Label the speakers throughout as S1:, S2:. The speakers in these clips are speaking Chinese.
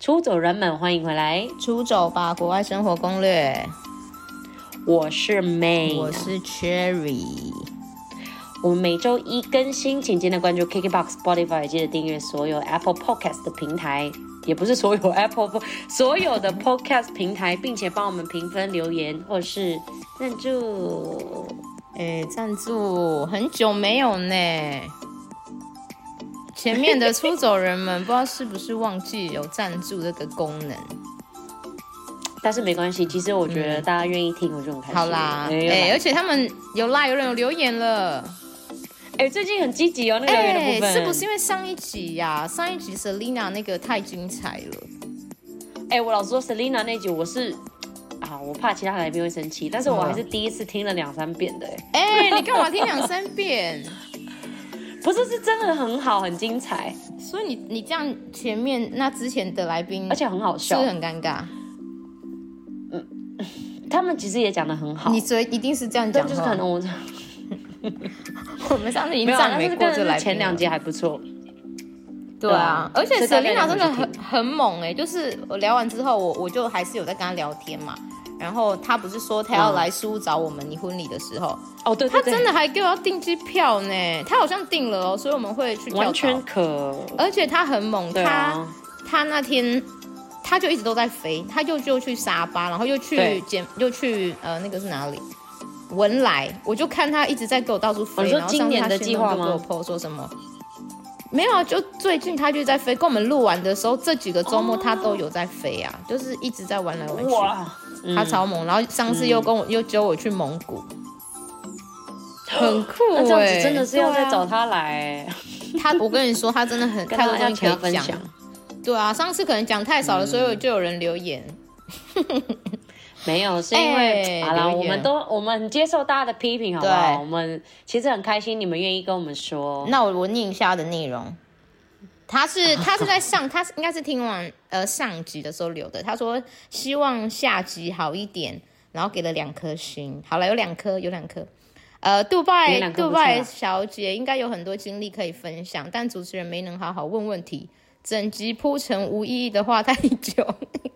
S1: 出走人们，欢迎回来，
S2: 出走吧，国外生活攻略。
S1: 我是 May，
S2: 我是 Cherry。
S1: 我们每周一更新，请记得关注 KKBOX、Spotify，记得订阅所有 Apple Podcast 的平台，也不是所有 Apple，po- 所有的 Podcast 平台，并且帮我们评分、留言或是赞助。
S2: 哎，赞助很久没有呢。前面的出走人们不知道是不是忘记有赞助这个功能？
S1: 但是没关系，其实我觉得大家愿意听，我就很开心。
S2: 好啦，
S1: 哎
S2: 哎、而且他们有啦，有人有留言了。
S1: 哎，最近很积极哦，那个留言的部分，
S2: 哎是不是？因为上一集呀、上一集 Selina 那个太精彩了，
S1: 哎，我老实说，Selina 那集我是啊，我怕其他来宾会生气，但是我还是第一次听了两三遍的，哎，
S2: 哎、你干嘛听两三遍？
S1: 不是，是真的很好，很精彩，
S2: 所以你你这样前面那之前的来宾，
S1: 而且很好
S2: 是
S1: 笑
S2: 不是。很尴尬？
S1: 他们其实也讲的很好，
S2: 你所以一定是这样
S1: 但
S2: 讲
S1: 就是
S2: 话
S1: 可能我
S2: 我们上次已
S1: 没
S2: 经
S1: 有啊，
S2: 赞
S1: 但
S2: 美
S1: 是
S2: 过
S1: 跟
S2: 这来宾
S1: 前两
S2: 了
S1: 集还不错。对
S2: 对啊，
S1: 啊
S2: 而且
S1: 所以大家
S2: Selina
S1: 可以
S2: 真
S1: 回
S2: 的
S1: 去
S2: 很很猛哎、就是我聊完之后，我我就还是有在跟她聊天嘛。然后她不是说她要
S1: 嗯
S2: 来苏找我们你婚礼的时候，
S1: 哦，对
S2: 她
S1: 对对，
S2: 真的还给我要订机票呢，她好像订了哦，所以我们会去跳槽
S1: 完全可，
S2: 而且她很猛，
S1: 对
S2: 她
S1: 啊，
S2: 她那天她就一直都在飞，她就就去沙巴，然后又去
S1: 对
S2: 柬，又去呃那个是哪里？文莱，我就看她一直在给我到处
S1: 哦
S2: 飞，
S1: 你说
S2: 然后
S1: 今
S2: 上次
S1: 年
S2: 她
S1: 的
S2: 新
S1: 计
S2: 闻
S1: 划
S2: 就
S1: 吗
S2: 给我 po 说什么？没有啊，就最近她就在飞，跟我们录完的时候，这几个周末她都有在飞啊，就是一直在玩来玩去，
S1: 嗯哇，嗯
S2: 她超猛。然后上次又跟我、又揪我去蒙古，很酷
S1: 那这样
S2: 哎、
S1: 子真的是要
S2: 对
S1: 再
S2: 啊
S1: 找他来，
S2: 他，我跟你说，他真的 很
S1: 跟
S2: 太
S1: 他
S2: 多
S1: 要
S2: 东
S1: 请
S2: 西
S1: 他
S2: 可
S1: 分
S2: 以讲。
S1: 享。嗯
S2: 对啊，上次可能讲太少了，所以就有人留言。
S1: 没有，是因为
S2: 哎
S1: 好啦，
S2: 留言
S1: 我们都我们很接受大家的批评，好不好？
S2: 对
S1: 我们其实很开心，你们愿意跟我们说。
S2: 那我我念一下他的内容。他是他是在上，他是应该是听完呃上集的时候留的。他说希望下集好一点，然后给了两颗星。好了，有两颗，有两颗。呃，杜
S1: 有
S2: 拜
S1: 两颗不
S2: 杜
S1: 错啊
S2: 拜小姐应该有很多经历可以分享，但主持人没能好好问问题，整集铺陈无意义的话太久，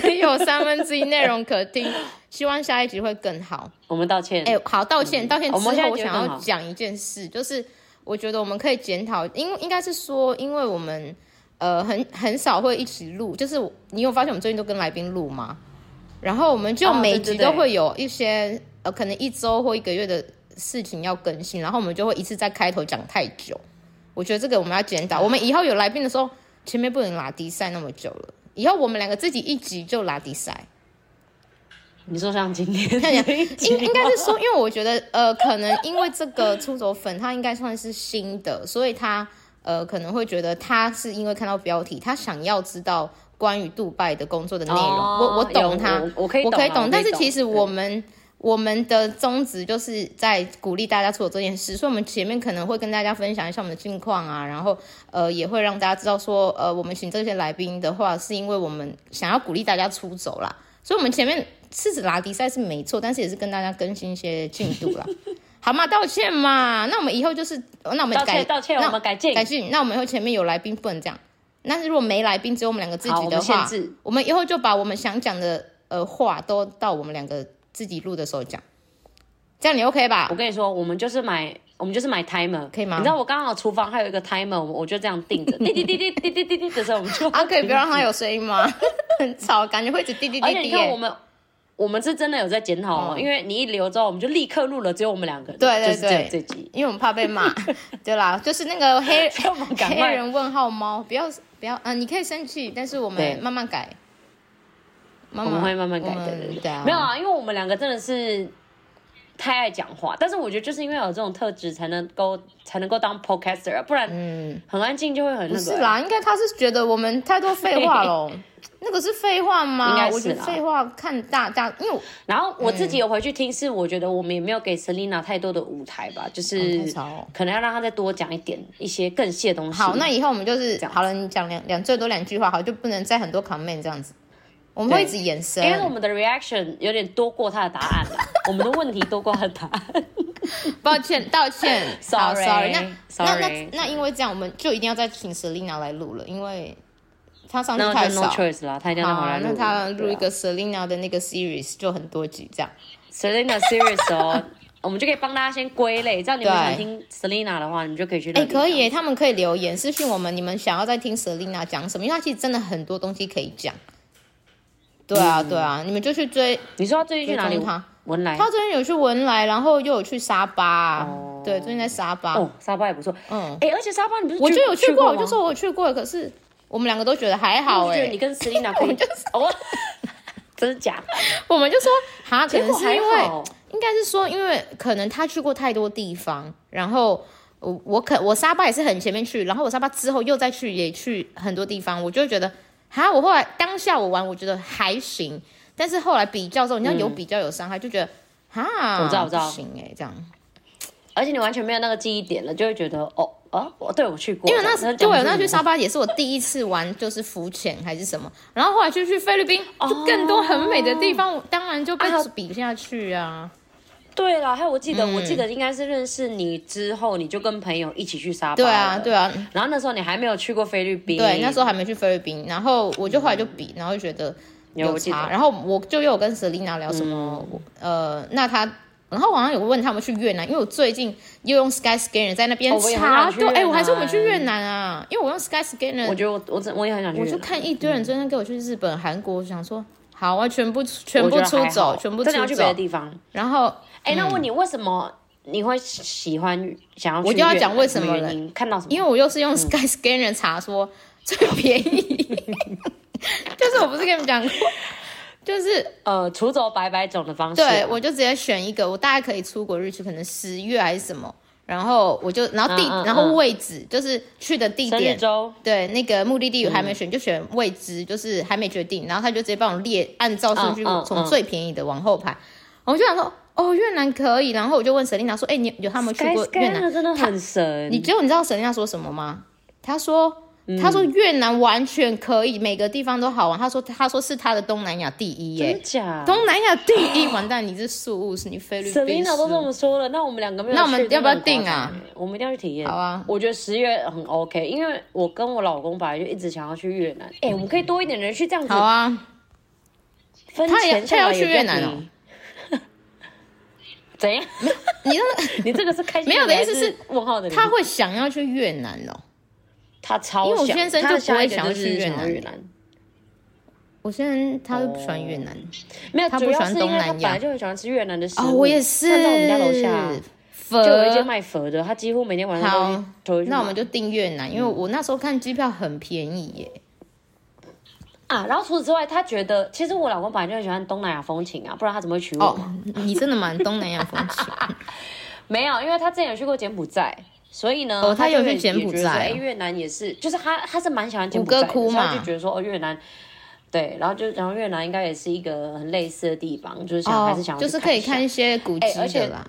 S2: 只有三分之一内容可听。希望下一集会更好。
S1: 我们道歉。
S2: 哎、好，道歉，道歉之
S1: 嗯哦我
S2: 后，
S1: 们现在
S2: 我
S1: 觉得
S2: 想
S1: 更
S2: 要
S1: 好
S2: 讲一件事，就是我觉得我们可以检讨，因为应该是说，因为我们呃很很少会一起录，就是我你有发现我们最近都跟来宾录吗？然后我们就
S1: 哦对
S2: 每
S1: 对
S2: 集
S1: 对
S2: 都会有一些、呃，可能一周或一个月的事情要更新，然后我们就会一次在开头讲太久。我觉得这个我们要检讨，我们以后有来宾的时候，前面不能拉低赛那么久了，以后我们两个自己一集就拉低赛。
S1: 你说像今天
S2: 看起来
S1: 这一集
S2: 应应该是说，因为我觉得呃，可能因为这个出走粉他应该算是新的，所以他呃可能会觉得他是因为看到标题，他想要知道关于杜拜的工作的内 容。
S1: 哦
S2: 我我
S1: 有
S2: 懂他，
S1: 我我可以
S2: 我
S1: 懂啊
S2: 可以
S1: 我可以
S2: 但是其
S1: 懂
S2: 实我们。我们的宗旨就是在鼓励大家出走这件事，所以我们前面可能会跟大家分享一下我们的近况啊，然后呃也会让大家知道说，呃我们请这些来宾的话，是因为我们想要鼓励大家出走啦，所以我们前面是指拉迪赛是没错，但是也是跟大家更新一些进度 啦。好嘛，道歉嘛。那我们以后就是，呃那我们
S1: 道
S2: 改
S1: 歉道歉，
S2: 那
S1: 我们改进
S2: 改。进。那我们以后前面有来宾不能这样。那如果没来宾，只有我们两个自
S1: 好
S2: 己
S1: 我
S2: 的
S1: 们
S2: 话，
S1: 限制
S2: 我们以后就把我们想讲的呃话都到我们两个自己录的时候讲，这样你 OK 吧
S1: 我？跟你说，我们就是买，我们就是买 timer，
S2: 可以吗
S1: 你知道我刚好厨房还有一个 timer，我我就这样定 着，滴滴滴滴滴滴滴滴的时候，我们就
S2: 啊，可以不要让它有声音吗？ 很吵，感觉会一直滴滴
S1: 而
S2: 滴
S1: 且你
S2: 滴、
S1: 看，我
S2: 欸。
S1: 们我们是真的有在检讨哦，因为你一留之后，我们就立刻录了，只有我们两个，
S2: 对对
S1: 就是只有
S2: 对
S1: 这集，
S2: 因为我们怕被骂，对啦，就是那个 黑
S1: 所以我们赶
S2: 黑
S1: 快
S2: 人问号猫，不要不要，嗯、你可以生气，但是我
S1: 对
S2: 们慢慢改，慢
S1: 我
S2: 慢
S1: 们会慢慢改
S2: 我们
S1: 对对
S2: 嗯对啊，
S1: 没有啊，因为我们两个真的是太爱讲话，但是我觉得就是因为有这种特质，才能够才能够当 podcaster，不然
S2: 嗯，
S1: 很安静就会很
S2: 不
S1: 那
S2: 是
S1: 个。啊
S2: 啦，应该他是觉得我们太多废话喽， 那个是废话吗？
S1: 应该是啦
S2: 我觉得废话看大家，因为我
S1: 然后我自
S2: 嗯
S1: 己有回去听，是我觉得我们也没有给 Selina 太多的舞台吧，就
S2: 哦太
S1: 是
S2: 吵哦
S1: 可能要让她再多讲一点一些更细的东西。
S2: 好，那以后我们就是
S1: 样
S2: 好了，你讲两两最多两句话，好，就不能再很多 comment 这样子，我们会一直延伸
S1: 因，为我们的 reaction 有点多过她的答案 了，我们的问题多过她的答案。
S2: 抱歉，道歉 好
S1: Sorry，
S2: sorry 那那那
S1: sorry
S2: 哦那因为这样，我们就一定要再请 Selina 来录了，因为他上
S1: 那
S2: 次太
S1: 就 no
S2: 少。
S1: choice 啦，他一定要
S2: 好
S1: 回
S2: 啊
S1: 来，录。
S2: 那他录
S1: 对
S2: 一
S1: 啊
S2: 个 Selina 的那个 series 就很多集这样。
S1: Selina Series 哦， 我们就可以帮大家先归类，这样你们想听 Selina 的话，你们就可以去。
S2: 哎、可以耶，他们可以留言私信我们，你们想要再听 Selina 讲什么？因为她其实真的很多东西可以讲。对啊，对啊，你们就去追。
S1: 你说他最嗯近去哪里
S2: 追踪他？
S1: 文莱
S2: 她最近有去文莱，然后又有去沙巴啊、
S1: 哦
S2: 对，最近在沙巴。
S1: 哦，沙巴也不错。
S2: 嗯，
S1: 哎，而且沙巴你不是
S2: 我就有
S1: 去
S2: 去过，我
S1: 吗
S2: 就说我去过，可是我们两个都觉得还
S1: 我
S2: 好
S1: 就
S2: 哎、
S1: 觉得你 跟 Selina 可
S2: 我
S1: 以
S2: 们就是，
S1: 哦，真的假？
S2: 我 们就说哈，可
S1: 结
S2: 能
S1: 果
S2: 是
S1: 还
S2: 因为
S1: 好，
S2: 应该是说，因为可能他去过太多地方，然后我我可我沙巴也是很前面去，然后我沙巴之后又再去也去很多地方，我就会觉得，哈，我后来当下我玩我觉得还行，但是后来比较之后，你知道有比较有伤害，就觉得哈，
S1: 嗯我知道我知道
S2: 不行哎、这样，
S1: 而且你完全没有那个记忆点了，就会觉得哦啊，我对我去过，
S2: 因为那
S1: 这样
S2: 对我
S1: 讲
S2: 那
S1: 不
S2: 去
S1: 出
S2: 沙巴也是我第一次玩，就是浮潜还是什么，然后后来就去菲律宾，就更多很美的地方，我当然就被
S1: 啊
S2: 比下去嗯啊，
S1: 对了，还有我记得，我记得应该是认识你之后，你就跟朋友一起去沙巴。
S2: 对啊，对
S1: 啊。
S2: 啊，
S1: 然后那时候你还没有去过菲律宾。
S2: 对，那时候还没去菲律宾，然后我就后来就比，然后就觉得
S1: 有我记
S2: 差，
S1: 得。嗯
S2: 然后我就又有跟 Selina 聊什么，我呃，那他。然后我好像有问他们去越南，因为我最近又用 Sky Scanner 在那边
S1: 哦我也很
S2: 查，
S1: 想去
S2: 对，哎，
S1: 越
S2: 我还是我们去
S1: 南
S2: 越南啊，因为我用 Sky Scanner，
S1: 我觉得我我真我也很想去。
S2: 我就看一堆人最近跟我去日本、韩国，我想说好啊，全部全
S1: 嗯我觉
S2: 部
S1: 得
S2: 出
S1: 还好
S2: 走，全部
S1: 真的
S2: 出
S1: 要去别的
S2: 走。
S1: 地方。
S2: 然后欸
S1: 哎，那问你为什么你会喜欢想要去？
S2: 我就要讲为什么了
S1: 原因，看到什么？
S2: 因为我又是用
S1: 嗯
S2: Sky Scanner 查说最便宜， 就是我不是跟你们讲过，就是
S1: 呃，除走百百种的方式。
S2: 对，我就直接选一个，我大概可以出国日期可能十月还是什么，然后我就然后地、
S1: 嗯嗯
S2: 然后
S1: 嗯
S2: 位置就是去的地
S1: 生日
S2: 点，
S1: 周。
S2: 对，那个目的地我还没
S1: 嗯
S2: 选，就选未知，就是还没决定，然后他就直接帮我列，按照顺序
S1: 嗯嗯
S2: 从
S1: 嗯
S2: 最便宜的往后排，我就想说哦越南可以，然后我就问 Selina 说，哎、你有他们去
S1: Sky
S2: 过越南？
S1: Scanner 啊真的很神。
S2: 你结果你知道 Selina 说什么吗？她说。她说越南完全可以，每个地方都好玩。她说，她说是她的东南亚第一耶、
S1: 真的假？
S2: 东南亚第一，完蛋，你是宿务，是你菲律宾
S1: Selina
S2: 食
S1: 都这
S2: 物。
S1: 么说了，那我们两个没有去，
S2: 那我们要不要
S1: 真的很夸张
S2: 定啊
S1: 欸？我们一定要去体验。
S2: 好啊
S1: 我觉得十月很 OK，因为我跟我老公本来就一直想要去越南。哎、我们可以多一点人去，这样子
S2: 好啊，
S1: 分
S2: 他也
S1: 钱下来
S2: 他要去
S1: 比较
S2: 越南哦
S1: 便宜。怎样？
S2: 你那个
S1: 你这个是开心
S2: 没有的
S1: 还
S2: 意思是
S1: 问号的脸。
S2: 他会想要去越南哦。
S1: 他超想，
S2: 因为我先生就
S1: 他的下
S2: 不会
S1: 一个
S2: 想要
S1: 就
S2: 去
S1: 是
S2: 越
S1: 想要
S2: 南
S1: 越南，
S2: 我现在他都不喜欢越南
S1: 没有，
S2: 他不
S1: 主要
S2: 喜欢
S1: 是因为
S2: 东南
S1: 他
S2: 亚
S1: 本来就很喜欢吃越南的食物。
S2: 哦，我也是。
S1: 像在我们家楼下
S2: 佛
S1: 就有一间卖佛的，他几乎每天晚
S2: 好
S1: 上都会都会去买。
S2: 那我们就订越南，因为我那时候看机票很便宜耶。
S1: 啊，然后除此之外，他觉得其实我老公本来就很喜欢东南亚风情啊，不然他怎么会娶我？
S2: 哦，你真的蛮东南亚风 情。
S1: 没有，因为他之前有去过柬埔寨，所以呢，
S2: 哦他有
S1: 就
S2: 去
S1: 也
S2: 柬埔寨
S1: 也觉得说哎，
S2: 哦
S1: 越南也是，就是他他是蛮喜欢柬埔寨
S2: 五
S1: 的，
S2: 哥窟
S1: 所以
S2: 嘛
S1: 他就觉得说哦，越南。对，然后就然后越南应该也是一个很类似的地方，就是想、还
S2: 哦
S1: 是想，要
S2: 就是
S1: 去
S2: 可以
S1: 一下
S2: 看，一些古迹
S1: 哎而且
S2: 的啦。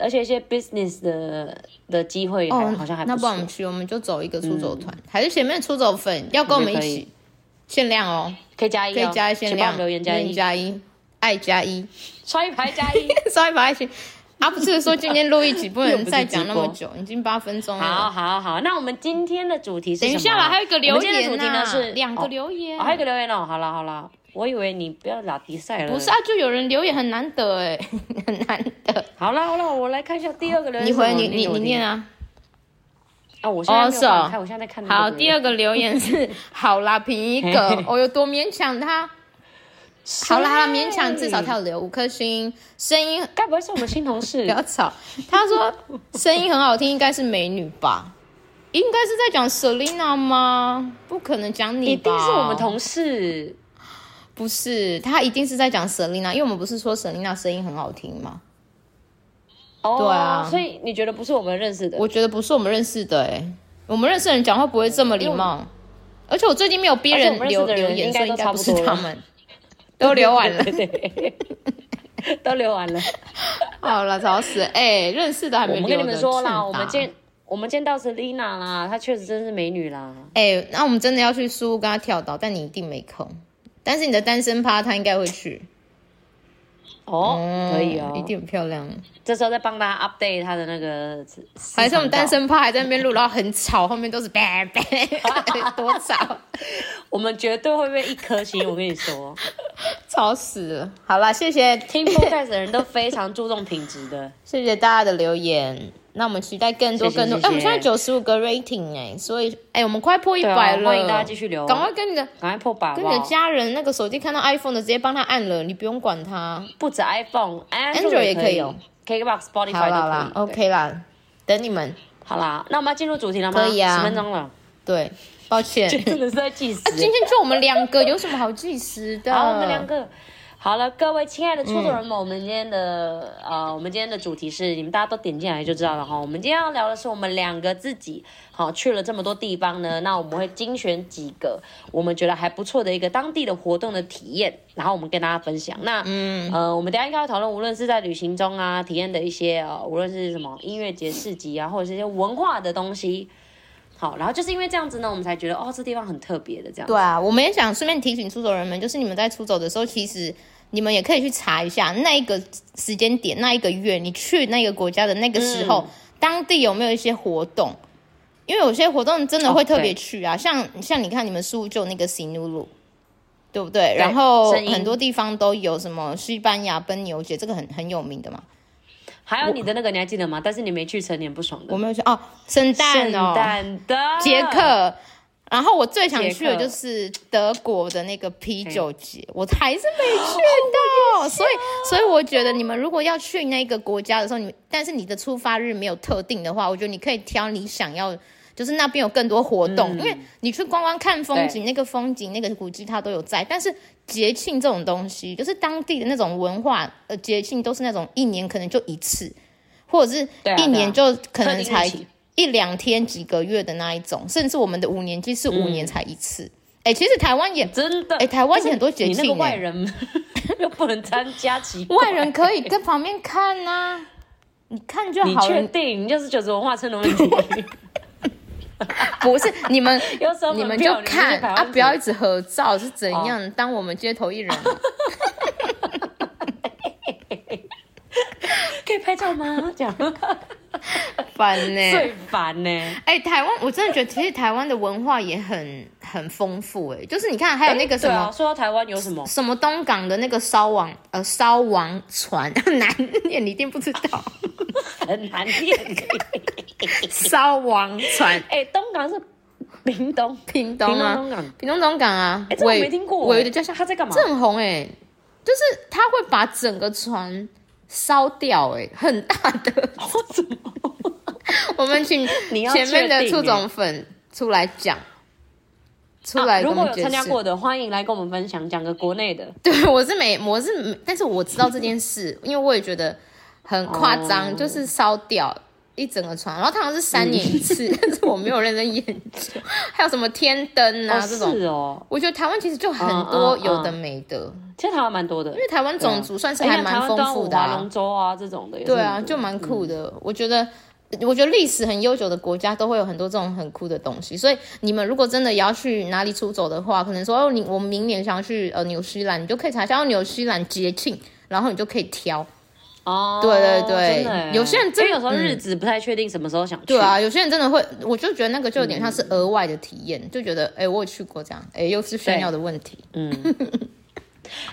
S1: 而且一些 business 的的机会还、
S2: 哦，
S1: 好像还
S2: 那
S1: 不
S2: 不
S1: 错嗯
S2: 然我。们去，我们就走一个出走团，还是前面出走粉要跟我们一
S1: 可以
S2: 起，限量哦。
S1: 可以加一、哦，
S2: 可以加一限
S1: 请帮我
S2: 量，
S1: 们留言加一，
S2: 加一，爱加一，
S1: 刷一排加 一。
S2: 稍微把爱情。啊，不是说今天录一集 不
S1: 又不
S2: 能
S1: 是
S2: 再讲那么久，已经八分钟
S1: 好
S2: 了。
S1: 好好，那我们今天的主题是什么
S2: 等一
S1: 啊？
S2: 下啦，还有一个留
S1: 我们今天的
S2: 言
S1: 主题呢
S2: 呐，
S1: 是
S2: 两
S1: 哦
S2: 个留言
S1: 哦，，还有一个留言哦，好了好了，我以为你不要拉比赛了。
S2: 不是啊，就有人留言很难得哎， 很难得。
S1: 好了好了，我来看一下第二个留言是
S2: 你
S1: 什么。
S2: 回你你你念
S1: 啊！
S2: 啊。
S1: 啊，我现在没有办法
S2: 哦是哦
S1: 嗯看，我现在在看那个。
S2: 好，第二个留 言是好啦，评一个，我有多勉强他。好啦好啦，勉强至少他有留五颗星，声音
S1: 该不会是我们新同事
S2: 不？要吵。他说声音很好听，应该是美女吧？应该是在讲 Selina 吗？不可能讲你
S1: 一
S2: 吧？
S1: 定是我们同事。
S2: 不是，他一定是在讲 Selina，因为我们不是说 Selina 声音很好听吗？
S1: 哦，
S2: 对啊
S1: 所以你觉得不是我们认识的？
S2: 我觉得不是我们认识的哎、我们认识的人讲话不会这么礼貌，而且我最近没有逼
S1: 而且我
S2: 人
S1: 们认识
S2: 留
S1: 的人
S2: 留言，
S1: 应
S2: 所
S1: 该
S2: 以
S1: 都
S2: 应该不是
S1: 差不多
S2: 他
S1: 了。
S2: 们， 都留完 了
S1: 对对，都留完了。
S2: 好了，吵死！哎、认识的还没
S1: 我
S2: 留
S1: 们
S2: 的
S1: 跟你们说
S2: 欠
S1: 啦，
S2: 打
S1: 我们见我们见到是 Lina 啦，她确实真是美女啦。
S2: 哎、那我们真的要去苏屋跟他跳岛，但你一定没空。但是你的单身趴他应该会去，
S1: 哦，可以哦，
S2: 嗯一定很漂亮。
S1: 这时候再帮大家 update 她的那个市，
S2: 还是我们单
S1: 市场
S2: 身趴还在那边录，然后很吵，后面都是 bang bang，多少，
S1: 我们绝对会被一颗星。我跟你说，
S2: 吵死了。好啦，谢谢
S1: 听 podcast 的人都非常注重品质的。
S2: 谢谢大家的留言。那我们期待更多
S1: 谢谢
S2: 更多。哎、
S1: 谢谢
S2: 我们现在九十五个 rating 哎、所以哎、我们快破一
S1: 对啊
S2: 百了、
S1: 欢迎大家继续留
S2: 赶快跟你的
S1: 赶快破百好
S2: 跟
S1: 不
S2: 你的
S1: 好？
S2: 家人那个手机看到 iPhone 的直接帮他按了，你不用管他。
S1: 不止 iPhone，Android
S2: Android
S1: 也
S2: 也
S1: 可
S2: 可
S1: 以
S2: 以
S1: 哦
S2: 哦
S1: ，KKBox、
S2: 好
S1: Spotify
S2: 啦啦
S1: 都可以。
S2: ，OK 啦，等你们。
S1: 好啦，那我们要进入主题了吗？
S2: 可以啊
S1: 十分钟 了，
S2: 对，抱歉，啊
S1: 真的是在计时。啊
S2: 今天就我们两个，有什么好计时的？
S1: 好，我们两个。好了，各位亲爱的出走人们，我们今天的呃，我们今天的主题是你们大家都点进来就知道了哈。我们今天要聊的是我们两个自己好去了这么多地方呢，那我们会精选几个我们觉得还不错的一个当地的活动的体验，然后我们跟大家分享。那嗯呃，我们等一下应该会讨论，无论是在旅行中啊体验的一些呃，无论是什么音乐节、市集啊，或者是一些文化的东西。好，然后就是因为这样子呢，我们才觉得哦，这地方很特别的这样。
S2: 对啊，我们也想顺便提醒出走人们，就是你们在出走的时候，其实你们也可以去查一下那一个时间点、那一个月，你去那个国家的那个时
S1: 嗯
S2: 候，当地有没有一些活动？因为有些活动真的会
S1: 哦
S2: 特别
S1: 对
S2: 去啊，像像你看你们苏就那个西努鲁，对不对？然后
S1: 声音
S2: 很多地方都有什么西班牙奔牛节，这个很很有名的嘛。
S1: 还有你的那个你还记得吗？但是你没去成，你很不爽的。
S2: 我没有去哦，圣诞
S1: 圣
S2: 哦，
S1: 诞的
S2: 捷克。然后我最想
S1: 啊捷
S2: 去的
S1: 克
S2: 就是德国的那个啤酒节，我还是没去到，所以所以我觉得你们如果要去那个国家的时候，你们但是你的出发日没有特定的话，我觉得你可以挑你想要，就是那边有更多活动，
S1: 嗯
S2: 因为你去观光看风景，那个风景那个古迹它都有在，但是节庆这种东西，就是当地的那种文化，呃，节庆都是那种一年可能就一次，或者是
S1: 对啊
S2: 一年就
S1: 特
S2: 可
S1: 定
S2: 能
S1: 日
S2: 才
S1: 期
S2: 一两天、几个月的那一种，甚至我们的五年级是五年才一次。哎、其实台湾也
S1: 真的
S2: 哎台湾也很多节庆
S1: 嗯你那个
S2: 哎
S1: 外人 又不能参加，奇怪
S2: 外人可以在旁边看呐、你看就
S1: 你
S2: 好
S1: 确
S2: 了。
S1: 定？你就是九十文化村的问题。
S2: 不是你们
S1: 有什么
S2: 你们
S1: 票
S2: 就
S1: 你们去
S2: 看
S1: 台湾哦
S2: 啊，
S1: 组
S2: 不要一直合照是怎样？当我们街头艺人啊、
S1: 可以拍照吗？讲
S2: 烦呢、
S1: 最烦呢、
S2: 哎、台湾我真的觉得，其实台湾的文化也很很丰富哎、就是你看，还有那个
S1: 哎
S2: 什
S1: 对
S2: 么、
S1: 啊，说到台湾有什么？
S2: 什么东港的那个烧王呃烧王船 难念，你一定不知道
S1: 很难 念。
S2: 烧王船，
S1: 哎、东港是屏东，
S2: 屏东
S1: 屏
S2: 啊，
S1: 东东港
S2: 屏东东港啊，
S1: 哎、这我没听过、
S2: 尾的叫像
S1: 他在干嘛？
S2: 正红哎、就是他会把整个船烧掉哎、很大 的。
S1: 我怎么？啊
S2: 我们请
S1: 你要
S2: 前面的
S1: 确定
S2: 兔
S1: 哎
S2: 总粉出来讲，出来、
S1: 啊
S2: 跟
S1: 如
S2: 我
S1: 果
S2: 们
S1: 有
S2: 解
S1: 参加
S2: 释
S1: 过的，欢迎来跟我们分享，讲个国内的。
S2: 对，我是没，我是没，但是我知道这件事，因为我也觉得很夸
S1: 哦
S2: 张，就是烧掉一整个床，然后他好像是
S1: 嗯
S2: 三年一次， 但是我没有认真研究，还有什么天灯啊、
S1: 哦
S2: 这种。
S1: 是哦，
S2: 我觉得台湾其实就很
S1: 嗯
S2: 多
S1: 嗯嗯
S2: 有的没的，
S1: 其实台湾蛮多的，
S2: 因为台湾种族算是
S1: 哎
S2: 还
S1: 像
S2: 蛮
S1: 台湾
S2: 丰
S1: 端
S2: 富
S1: 午
S2: 的、
S1: 啊
S2: 啊
S1: 龙，舟啊这种的也是
S2: 对啊，
S1: 很多
S2: 就蛮酷的。我觉得，我觉得历史很悠久的国家都会有很多这种很酷的东西，所以你们如果真的也要去哪里出走的话，可能说哦，你我们明年想要去呃纽西兰，你就可以查一下哦纽西兰节庆，然后你就可以挑。
S1: 哦，
S2: 对对
S1: 真
S2: 对
S1: 的耶
S2: 有些人真的
S1: 因
S2: 嗯
S1: 为有时候日子不太确定什么时候想去，
S2: 对，啊，有些人真的会，我就觉得那个就有点像是额外的体验，就觉得哎、我有去过这样，哎、又是炫耀的问题。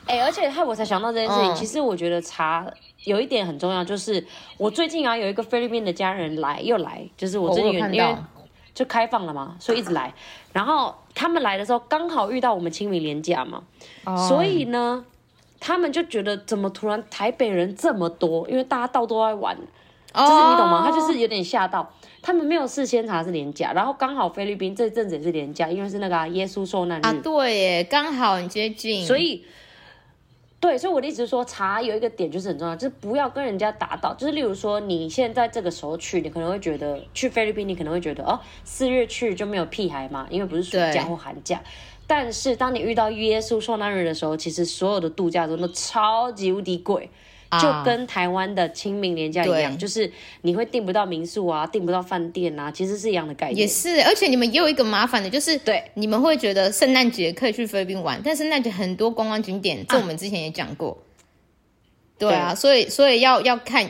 S1: 哎、而且害我才想到这件事情，
S2: 嗯
S1: 其实我觉得茶。有一点很重要，就是我最近啊有一个菲律宾的家人来又来，就是我
S2: 哦我
S1: 最近
S2: 有
S1: 有
S2: 看
S1: 因为
S2: 到，
S1: 就开放了嘛，所以一直来。然后他们来的时候刚好遇到我们清明连假嘛，
S2: 哦
S1: 所以呢，他们就觉得怎么突然台北人这么多，因为大家到处都在玩，就
S2: 哦
S1: 是你懂吗？他就是有点吓到，他们没有事先查是廉价，然后刚好菲律宾这阵子也是廉价，因为是那个啊、耶稣受难日，
S2: 啊，对耶，刚好很接近，
S1: 所以。对，所以我的意思是说，茶有一个点就是很重要，就是不要跟人家打到。就是例如说，你现在这个时候去，你可能会觉得去菲律宾，你可能会觉得哦，四月去就没有屁孩嘛，因为不是暑
S2: 对
S1: 假或寒假。但是当你遇到耶稣受难日的时候，其实所有的度假中都超级无敌贵，就
S2: 啊
S1: 跟台湾的清明年假一样，
S2: 对
S1: 就是你会订不到民宿啊，订不到饭店啊，其实是一样的概念。
S2: 也是，而且你们也有一个麻烦的，就是
S1: 对，
S2: 你们会觉得圣诞节可以去菲律宾玩，但圣诞节很多啊观光景点，这我们之前也讲过。对啊，所以所以要要看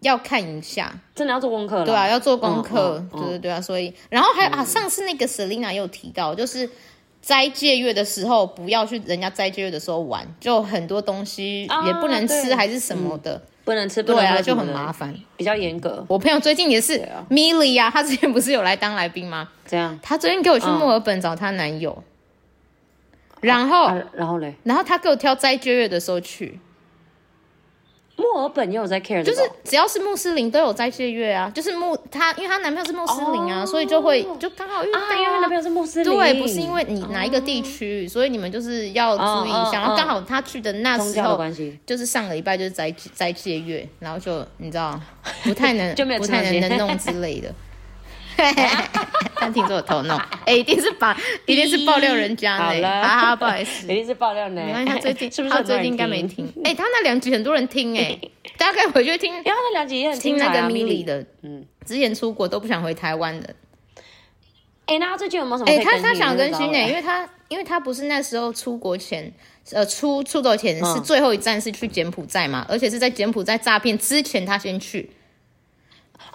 S2: 要看一下，
S1: 真的要做功课了。
S2: 对啊，要做功
S1: 嗯
S2: 课，
S1: 嗯嗯嗯
S2: 对对对啊，所以然后还有、啊，上次那个 Selina 也有提到，就是斋戒月的时候不要去人家斋戒月的时候玩，就很多东西
S1: 啊
S2: 也不能吃
S1: 对嗯
S2: 还是什么的，
S1: 不能吃，不
S2: 对
S1: 能
S2: 啊，
S1: 喝
S2: 就
S1: 什
S2: 很
S1: 么的
S2: 麻烦。
S1: 比较严格。
S2: 我朋友最近也是
S1: 对啊
S2: Milly 啊，她之前不是有来当来宾吗？
S1: 这样，
S2: 她昨天给我去墨尔本找她男友，然后、
S1: 啊，然后嘞，
S2: 然后她给我挑斋戒月的时候去，
S1: 墨尔本也有在 care，
S2: 就
S1: 这个
S2: 是
S1: 哦
S2: 只要是穆斯林都有斋戒月啊，就是穆她因为她男朋友是穆斯林啊，
S1: 哦
S2: 所以就会就刚好遇到、
S1: 啊，因为她男朋友是穆斯林，
S2: 对，不是因为你哪一个地区，所以你们就是要注意一
S1: 哦哦
S2: 下。然后
S1: 哦
S2: 刚好她去的那
S1: 宗
S2: 时
S1: 教的
S2: 候，
S1: 关系，
S2: 就是上个礼拜就是斋斋戒月，然后就你知 道不太能
S1: 就没有
S2: 不
S1: 吃
S2: 太
S1: 东西
S2: 能能弄之类 的。但听着我头弄，哎、一定是把一定是爆料人家
S1: 好
S2: 呢，
S1: 了
S2: 啊，好不好 意
S1: 一
S2: 思。
S1: 定是爆料呢。
S2: 没关系，他最 近
S1: 是不是
S2: 他
S1: 很多
S2: 最
S1: 人
S2: 近应该没听？哎、他那两集很多人听哎、 大概回去听
S1: 因为他那两集也很精
S2: 听那
S1: 彩
S2: 个
S1: 啊，
S2: 米莉
S1: 莉。
S2: 的，
S1: 嗯，
S2: 之前出国都不想回台湾的，
S1: 哎，那他最近有没有什么可
S2: 哎、
S1: 以更
S2: 他
S1: 新的？
S2: 他想更新
S1: 你知
S2: 呢、
S1: 道吗
S2: 因为他因为他不是那时候出国前，呃，出出走前
S1: 嗯
S2: 是最后一站是去柬埔寨嘛，而且是在柬埔寨诈骗之前他先去，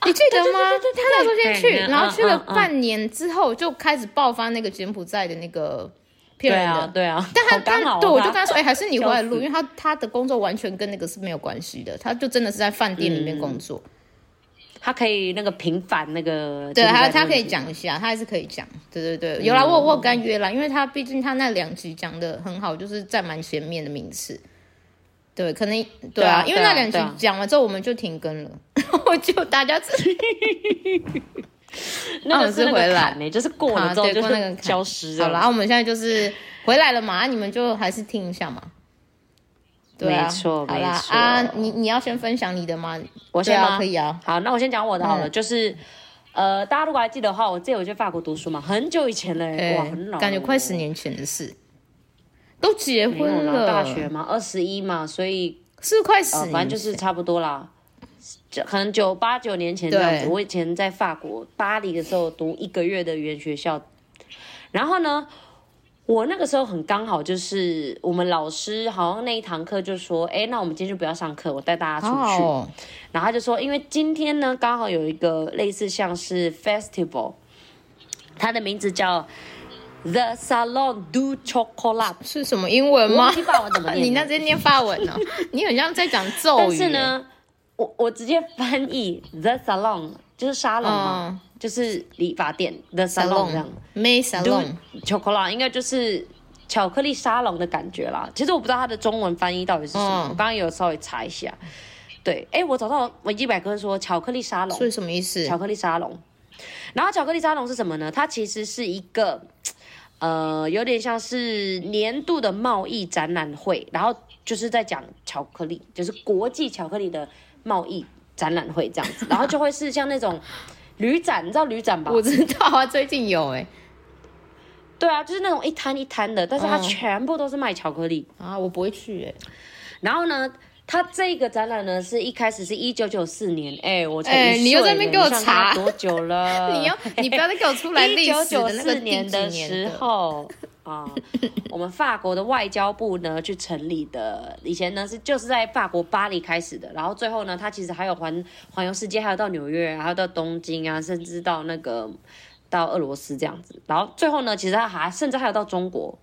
S2: 你记得吗？
S1: 对对对对对
S2: 他那时候先去，
S1: 嗯嗯
S2: 然后去了
S1: 嗯嗯
S2: 半年之后就开始爆发那个柬埔寨的那个骗
S1: 对
S2: 人的。
S1: 啊，对啊，
S2: 但他
S1: 好刚好
S2: 他
S1: 啊
S2: 对我就
S1: 他
S2: 跟他说，哎、还是你回来录，
S1: 笑
S2: 因为他他的工作完全跟那个是没有关系的，他就真的是在饭店里
S1: 嗯
S2: 面工作。
S1: 他可以那个平反那个，
S2: 对，还有
S1: 有
S2: 他可以，讲一下，他还是可以讲。对对对，有啦，我我有跟他约啦，因为他毕竟他那两集讲的很好，就是占蛮前面的名次。对，可能对
S1: 对
S2: 啊
S1: 啊，
S2: 因为那
S1: 对
S2: 两
S1: 啊
S2: 集
S1: 对啊
S2: 讲完之后，我们就停更了， 我就大家自己
S1: 那
S2: 哦
S1: 个
S2: 是
S1: 是那
S2: 回
S1: 个
S2: 来
S1: 坎欸呢，就是过
S2: 啊
S1: 了之后
S2: 对
S1: 就
S2: 过那个
S1: 是
S2: 坎
S1: 消失这
S2: 好
S1: 样。
S2: 啦，我们现在就是回来了嘛，啊你们就还是听一下嘛。对啊，
S1: 没错
S2: 好啦
S1: 没错
S2: 啊，你你要先分享你的吗？
S1: 我
S2: 对
S1: 先
S2: 啊，
S1: 吗？
S2: 可以嗯啊。
S1: 好，那我先讲我的好了，就是。呃，大家如果还记得的话，我自己有去法国读书嘛，很久以前了、
S2: 对
S1: 哇，很老了，
S2: 哎感觉快十年前的事，都结
S1: 没有
S2: 婚
S1: 啦
S2: 了，
S1: 大学嘛，二十一嘛，所以
S2: 是不是快十
S1: 呃，
S2: 年前，
S1: 反正就是差不多啦，就可能九八九年前这样子。
S2: 对
S1: 我以前在法国巴黎的时候读一个月的语言学校，然后呢，我那个时候很刚好就是我们老师好像那一堂课就说，哎，那我们今天就不要上课，我带大家出
S2: 好好
S1: 去。
S2: 哦
S1: 然后他就说，因为今天呢刚好有一个类似像是 festival，它的名字叫 The Salon du Chocolat。
S2: 是什么英文
S1: 我
S2: 吗
S1: 忘？记法文怎么念了。
S2: 你那是念法文 哦，你很像在讲咒
S1: 但
S2: 语。
S1: 是，呢，我我直接翻译 the salon 就是沙龙嘛，
S2: 嗯
S1: 就是理发店 the salon 这样。
S2: ，May Salon，
S1: chocolate 应该就是巧克力沙龙的感觉啦。其实我不知道它的中文翻译到底是什么，我
S2: 嗯
S1: 刚刚有稍微查一下。对，哎，我找到维基百科说巧克力沙龙
S2: 所，以什么意思？
S1: 巧克力沙龙。然后巧克力沙龙是什么呢？它其实是一个，呃，有点像是年度的贸易展览会，然后就是在讲巧克力，就是国际巧克力的贸易展览会这样子，然后就会是像那种旅展，你知道旅展吧？
S2: 我知道啊，最近有哎
S1: 对啊，就是那种一摊一摊的，但是它
S2: 嗯
S1: 全部都是卖巧克力。
S2: 啊，我不会去哎，
S1: 然后呢，它这个展览呢是一开始是一九九四年，哎，我才
S2: 哎
S1: 一岁
S2: 你又在那边
S1: 耶
S2: 给我
S1: 你想想
S2: 查
S1: 它多久了？
S2: 你要你不要再给我出 来历
S1: 一九
S2: 史
S1: 九
S2: 的那个
S1: 四
S2: 第
S1: 年
S2: 几
S1: 的时
S2: 年的。
S1: 候 啊，我们法国的外交部呢去成立的，以前呢是就是在法国巴黎开始的，然后最后呢，它其实还有环环游世界，还有到纽约，还有到东京啊，甚至到那个到俄罗斯这样子，然后最后呢，其实它还甚至还有到中国，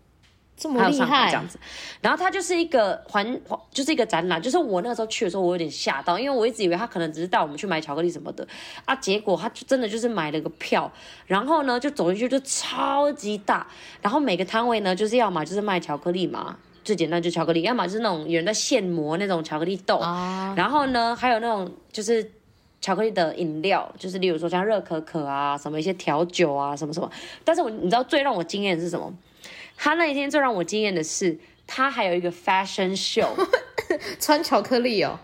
S2: 这
S1: 还
S2: 么
S1: 有
S2: 厉
S1: 上海
S2: 害
S1: 这，样子。然后它就是一个环，环就是一个展览。就是我那时候去的时候，我有点吓到，因为我一直以为他可能只是带我们去买巧克力什么的啊，结果他就真的就是买了个票，然后呢就走进去就超级大，然后每个摊位呢就是要么就是卖巧克力嘛。最简单就是巧克力，要么就是那种有人在现磨那种巧克力豆，
S2: 啊
S1: 然后呢，还有那种就是巧克力的饮料，就是例如说像热可可啊，什么一些调酒啊，什么什么。但是我你知道最让我惊艳的是什么？他那一天最让我惊艳的是，他还有一个 fashion show，
S2: 穿巧克力哦，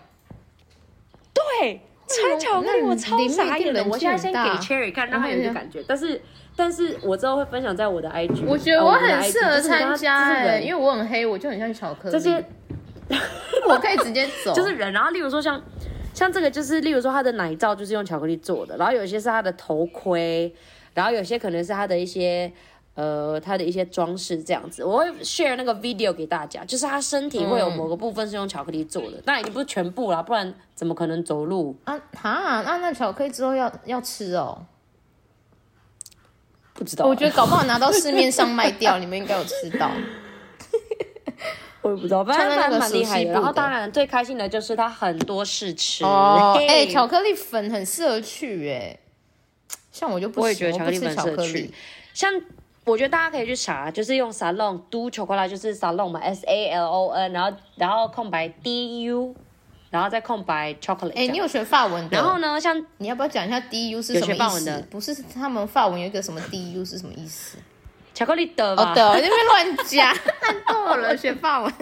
S1: 对，穿巧克力
S2: 哎那
S1: 我超
S2: 里面
S1: 傻
S2: 一定
S1: 眼的。
S2: 人
S1: 我
S2: 气
S1: 现在
S2: 很
S1: 先给
S2: 大
S1: Cherry 看，让他有一个感觉。但是，但是我之后会分享在我的 IG，
S2: 我觉得我
S1: 呃的
S2: 很
S1: IG，
S2: 适合
S1: 就是你知道
S2: 参
S1: 他
S2: 加
S1: 就是
S2: 哎，
S1: 人
S2: 因为我很黑，我就很像巧克力，
S1: 这些
S2: 我可以直接走，
S1: 就是人。然后例如说像像这个就是，例如说他的奶罩就是用巧克力做的，然后有些是他的头盔，然后有些可能是他的一些呃他的一些装饰这样子。我会 share 那个 video 给大家，就是他身体会有
S2: 嗯
S1: 某个部分是用巧克力做的，当然已经不是全部啦，不然怎么可能走路？
S2: 啊哈，那那巧克力之后要要吃哦，
S1: 不知道啊，
S2: 我觉得搞不好拿到市面上卖 掉，你们应该有吃到。
S1: 我也不知道，反正
S2: 穿在那
S1: 蛮
S2: 个
S1: 蛮厉害
S2: 熟悉
S1: 的。
S2: 布
S1: 然后
S2: 的
S1: 当然最开心的就是他很多试吃
S2: 哦，
S1: 嘿
S2: 哎、巧克力粉很适合去哎、像我就不
S1: 我也觉
S2: 行
S1: 得巧克力
S2: 不吃
S1: 粉
S2: 巧
S1: 适合
S2: 克
S1: 去
S2: 力，。
S1: 像我觉得大家可以去查，就是用 salon do chocolate 就是 salon 嘛，S A L O N，然后然后空白 D U，然后再空白 chocolate 这
S2: 哎、
S1: 样。
S2: 你有学法文的？
S1: 然后呢，像
S2: 你要不要讲一下 DU 是
S1: 有
S2: 什么
S1: 学
S2: 意
S1: 法文
S2: 思？
S1: 的
S2: 不是他们法文有一个什么 DU 是什么意思？
S1: 巧克力的
S2: 哦，
S1: 嘛，
S2: 对，我这边乱 加，看错了，学法文。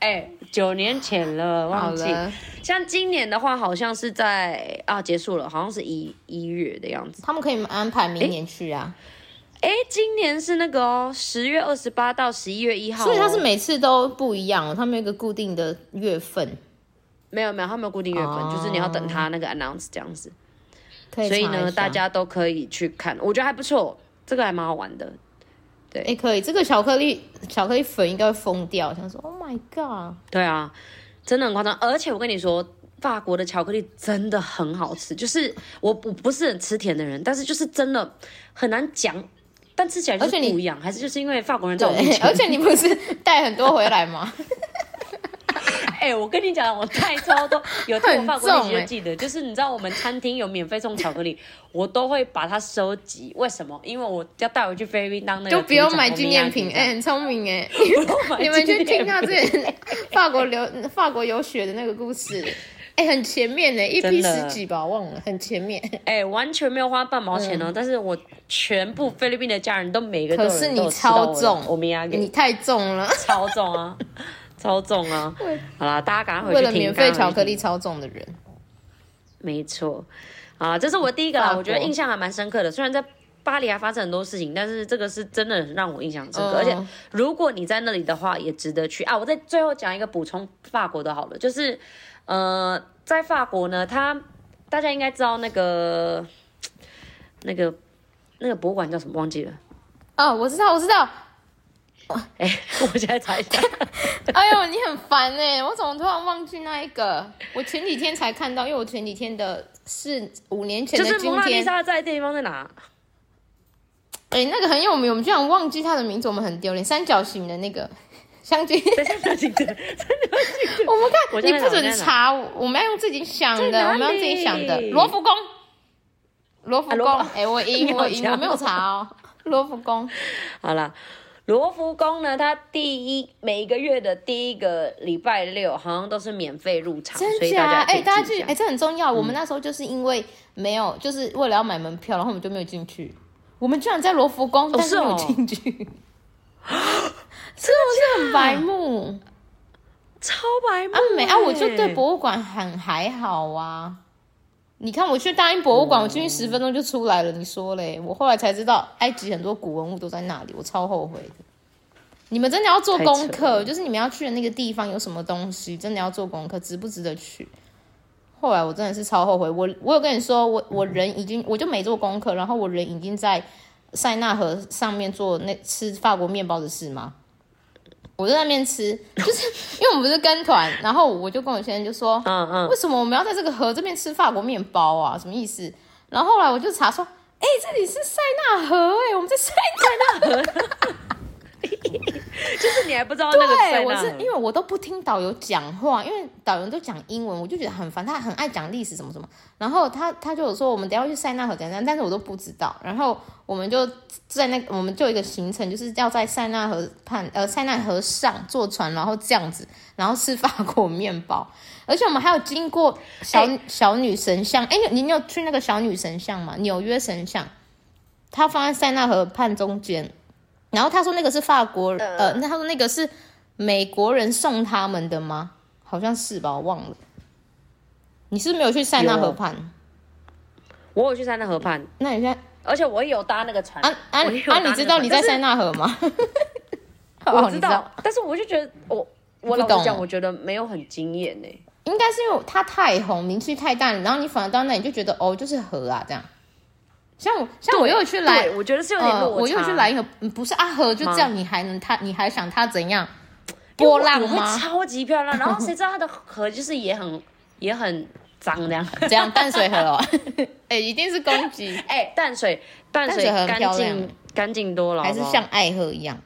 S1: 哎，九年前了，
S2: 好
S1: 忘记。
S2: 了，
S1: 像今年的话，好像是在啊结束了，好像是一一月的样子。
S2: 他们可以安排明年去啊，
S1: 哎，今年是那个哦，十月二十八到十一月一号哦、
S2: 所以他是每次都不一样、哦，他们有一个固定的月份，
S1: 没有没有，他没有固定月份，
S2: 哦
S1: 就是你要等他那个 announce 这样子。
S2: 可以
S1: 所以
S2: 查一
S1: 呢，
S2: 下
S1: 大家都可以去看，我觉得还不错，这个还蛮好玩的。
S2: 哎、可以，这个巧克力巧克力粉应该会疯掉，想说 Oh my God，
S1: 对啊，真的很夸张。而且我跟你说，法国的巧克力真的很好吃，就是我我不是很吃甜的人，但是就是真的很难讲，但吃起来就
S2: 而
S1: 是
S2: 且你
S1: 不一样，还是就是因为法国人在我面
S2: 对，而
S1: 前。
S2: 且你不是带很多回来吗？
S1: 哎、我跟你讲，我带超多，有听我法国
S2: 很
S1: 那
S2: 重
S1: 集就
S2: 哎
S1: 记得，就是你知道我们餐厅有免费送巧克力，我都会把它收集。为什么？因为我要带回去菲律宾当那个
S2: 就不用
S1: 组长
S2: 买
S1: 欧
S2: 纪
S1: 米
S2: 念
S1: 亚
S2: 品，
S1: 这样
S2: 哎、很聪明哎、 你
S1: 你
S2: 们去听他之前 法国留法国游学的那个故事，哎、很前面呢、一
S1: 真
S2: 批
S1: 的
S2: 十几吧，忘了，很前面。
S1: 哎、完全没有花半毛钱哦、但是我全部菲律宾的家人都每个都
S2: 嗯可
S1: 有
S2: 是
S1: 人
S2: 你
S1: 都有吃
S2: 超
S1: 到我的
S2: 重，
S1: 欧米亚
S2: 你
S1: 给
S2: 太重了，
S1: 超重啊， 超重啊！好啦，大家赶快回
S2: 为
S1: 去
S2: 了
S1: 听。
S2: 免费
S1: 赶快
S2: 巧
S1: 回去
S2: 克
S1: 听
S2: 力超重的人，
S1: 没错，啊，这是我第一个
S2: 法
S1: 啦，
S2: 国
S1: 我觉得印象还蛮深刻的。虽然在巴黎还发生很多事情，但是这个是真的让我印象深刻。
S2: 嗯
S1: 而且如果你在那里的话，也值得去啊。我在最后讲一个补充法国的好了，就是呃，在法国呢，它大家应该知道那个那个那个博物馆叫什么忘记了，
S2: 哦，我知道，我知道。
S1: 哎、我现在查一 下。
S2: 哎呦，你很烦哎、我怎么突然忘记那一个？我前几天才看到，因为我前几天的是五年前
S1: 就
S2: 的
S1: 是
S2: 今
S1: 蒙娜丽
S2: 天，
S1: 莎在的地方在哪？
S2: 哎、那个很有名，我们居然忘记他的名字，我们很丢脸。三角形的那个 相机，
S1: 在三角形的，
S2: 我们
S1: 我
S2: 看
S1: 现在
S2: 你不
S1: 脑袋
S2: 准
S1: 哪
S2: 查，我们要用自己想
S1: 在
S2: 的，
S1: 哪
S2: 我
S1: 里
S2: 们要自己想的。罗浮宫，罗浮
S1: 啊
S2: 宫，
S1: 罗
S2: 哎、
S1: 浮
S2: 我
S1: 你
S2: 赢，
S1: 有
S2: 我赢，
S1: 讲
S2: 我没有查哦。罗浮宫，
S1: 好啦，罗浮宫呢，它第一每一个月的第一个礼拜六好像都是免费入场，所
S2: 真
S1: 以大
S2: 假？
S1: 家
S2: 哎、
S1: 可以
S2: 大家
S1: 记一
S2: 去，
S1: 下
S2: 哎、这很重
S1: 嗯
S2: 要。我们那时候就是因为没有，就是为了要买门票，然后我们就没有进去。我们居然在罗浮宫，但
S1: 是
S2: 没
S1: 哦
S2: 有进去，是不是很白目？
S1: 超白目
S2: 啊没啊，我就
S1: 哎
S2: 对博物馆很还好啊。你看，我去大英博物馆，我进去十分钟就出来了。你说嘞，我后来才知道，埃及很多古文物都在那里，我超后悔的。你们真的要做功
S1: 太扯了
S2: 课，就是你们要去的那个地方有什么东西，真的要做功课，值不值得去？后来我真的是超后悔，我我有跟你说，我我人已经我就没做功课，然后我人已经在塞纳河上面做那吃法国面包的事吗？我在那边吃， 就是因为我们不是跟团，然后我就跟我先生就说，
S1: 嗯嗯，
S2: 为什么我们要在这个河这边吃法国面包啊？什么意思？然后后来我就查说，哎、这里是塞纳河、哎，我们在塞纳河。
S1: 就是你还不知道那个在
S2: 对，我
S1: 哪
S2: 是因为我都不听导游讲话，因为导游都讲英文，我就觉得很烦。他很爱讲历史什么什么，然后他他就有说我们等一下要去塞纳河怎样怎样，但是我都不知道。然后我们就在那个，我们就有一个行程，就是要在塞纳河畔呃塞纳河上坐船，然后这样子，然后吃法国面包。而且我们还有经过小、
S1: 哎
S2: 小女神像，哎、你你有去那个小女神像吗？纽约神像，它放在塞纳河畔中间。然后他说那个是法国，呃，那他说那个是美国人送他们的吗？好像是吧，我忘了。你是不是没有去塞纳河畔？
S1: 我有去塞纳河畔，
S2: 那你现在
S1: 而且我也有搭那个船。
S2: 啊啊
S1: 我也有搭
S2: 啊！
S1: 那个
S2: 你知道你在塞
S1: 船
S2: 纳河 吗？
S1: 但是
S2: 哦
S1: 我知
S2: 你
S1: 道，但是我就觉得我我
S2: 不
S1: 老实
S2: 懂
S1: 讲，我觉得没有很惊艳欸呢。
S2: 应该是因为它太红，名气太大，然后你反而到那里就觉得哦，就是河啊这样。像我像我又去来
S1: 对，我觉得是有点
S2: 呃，
S1: 落差。
S2: 我又去来一个，嗯不是阿和就这样，你还能他你还想他怎样？波浪
S1: 因为我
S2: 吗
S1: 会？超级漂亮， 然后谁知道它的河就是也很也很脏这样。
S2: 这样淡水河 哦，哎、一定是攻击，
S1: 哎、淡水淡水
S2: 淡水河很
S1: 干
S2: 漂亮
S1: 净干净多了好
S2: 还
S1: 不
S2: 是
S1: 好，
S2: 像爱河一样？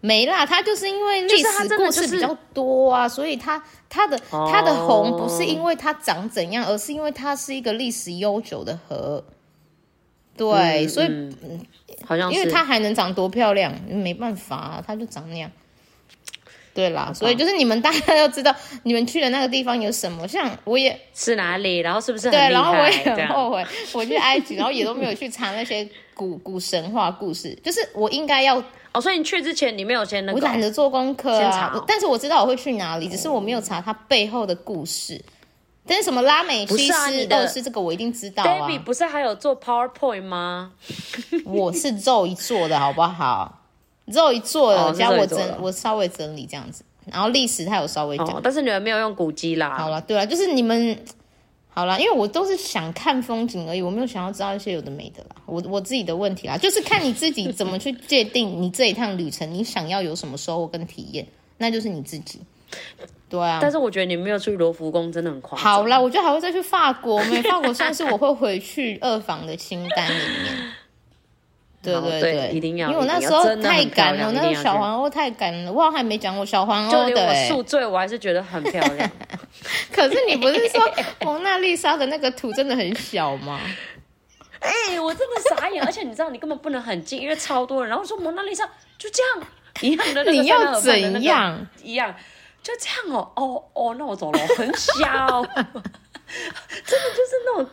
S2: 没啦，它就是因为历
S1: 就是它
S2: 史
S1: 真的
S2: 故
S1: 就是
S2: 事比较多啊，所以它它的它的红不是因
S1: 哦
S2: 为它长怎样，而是因为它是一个历史悠久的河。对，
S1: 嗯
S2: 所以
S1: 嗯好像是
S2: 因为它还能长多漂亮，没办法、啊，它就长那样。对啦，所以就是你们大家要知道，你们去的那个地方有什么。像我也
S1: 是哪里，然后是不是很
S2: 对，
S1: 厉
S2: 然后我
S1: 害
S2: 也
S1: 这
S2: 很
S1: 样
S2: 后悔，我去埃及，然后也都没有去查那些古古神话故事，就是我应该要
S1: 哦，所以你去之前你没有先那
S2: 我懒
S1: 个，
S2: 得做功课
S1: 先查
S2: 啊
S1: 哦，
S2: 但是我知道我会去哪里，只是我没有查它背后的故事。但是什么拉美
S1: 不
S2: 西
S1: 是啊
S2: 斯、
S1: 你
S2: 俄
S1: 的
S2: 斯这个我一定知道
S1: d a，
S2: 啊
S1: v 不是还有做 PowerPoint 吗？
S2: 我是肉一做的好不好？肉一做的，
S1: 哦
S2: 加我
S1: 是
S2: 整
S1: 肉一做的
S2: 我稍微整理这样子，然后历史它有稍微讲。
S1: 哦，但是你们没有用古迹
S2: 好
S1: 啦。
S2: 了，对了，就是你们好了，因为我都是想看风景而已，我没有想要知道一些有的没的啦。我我自己的问题啦，就是看你自己怎么去界定你这一趟旅程，你想要有什么收获跟体验，那就是你自己。对啊，
S1: 但是我觉得你没有去罗浮宫真的很夸张。
S2: 好啦，我觉得还会再去法国 没？法国算是我会回去二房的清单里面。对
S1: 好
S2: 对
S1: 对一定要
S2: 因为我那
S1: 一定
S2: 时
S1: 要
S2: 候
S1: 真的
S2: 太
S1: 很漂
S2: 赶了，
S1: 亮
S2: 那
S1: 一
S2: 个
S1: 定要
S2: 小
S1: 去
S2: 黄鸥太赶了，哇，还没讲过小黄
S1: 就
S2: 鸥的、
S1: 连我
S2: 欸。
S1: 宿醉，我还是觉得很漂 亮。
S2: 可是你不是说蒙娜丽莎的那个图真的很小吗？
S1: 哎、我真的傻眼，而且你知道，你根本不能很近，因为超多人。然后说蒙娜丽莎就这样一样 的那个
S2: 你
S1: 塞纳
S2: 要
S1: 河畔的那个
S2: 怎样？
S1: 一样，就这样哦哦哦，那我走了，很 小，真的就是那种。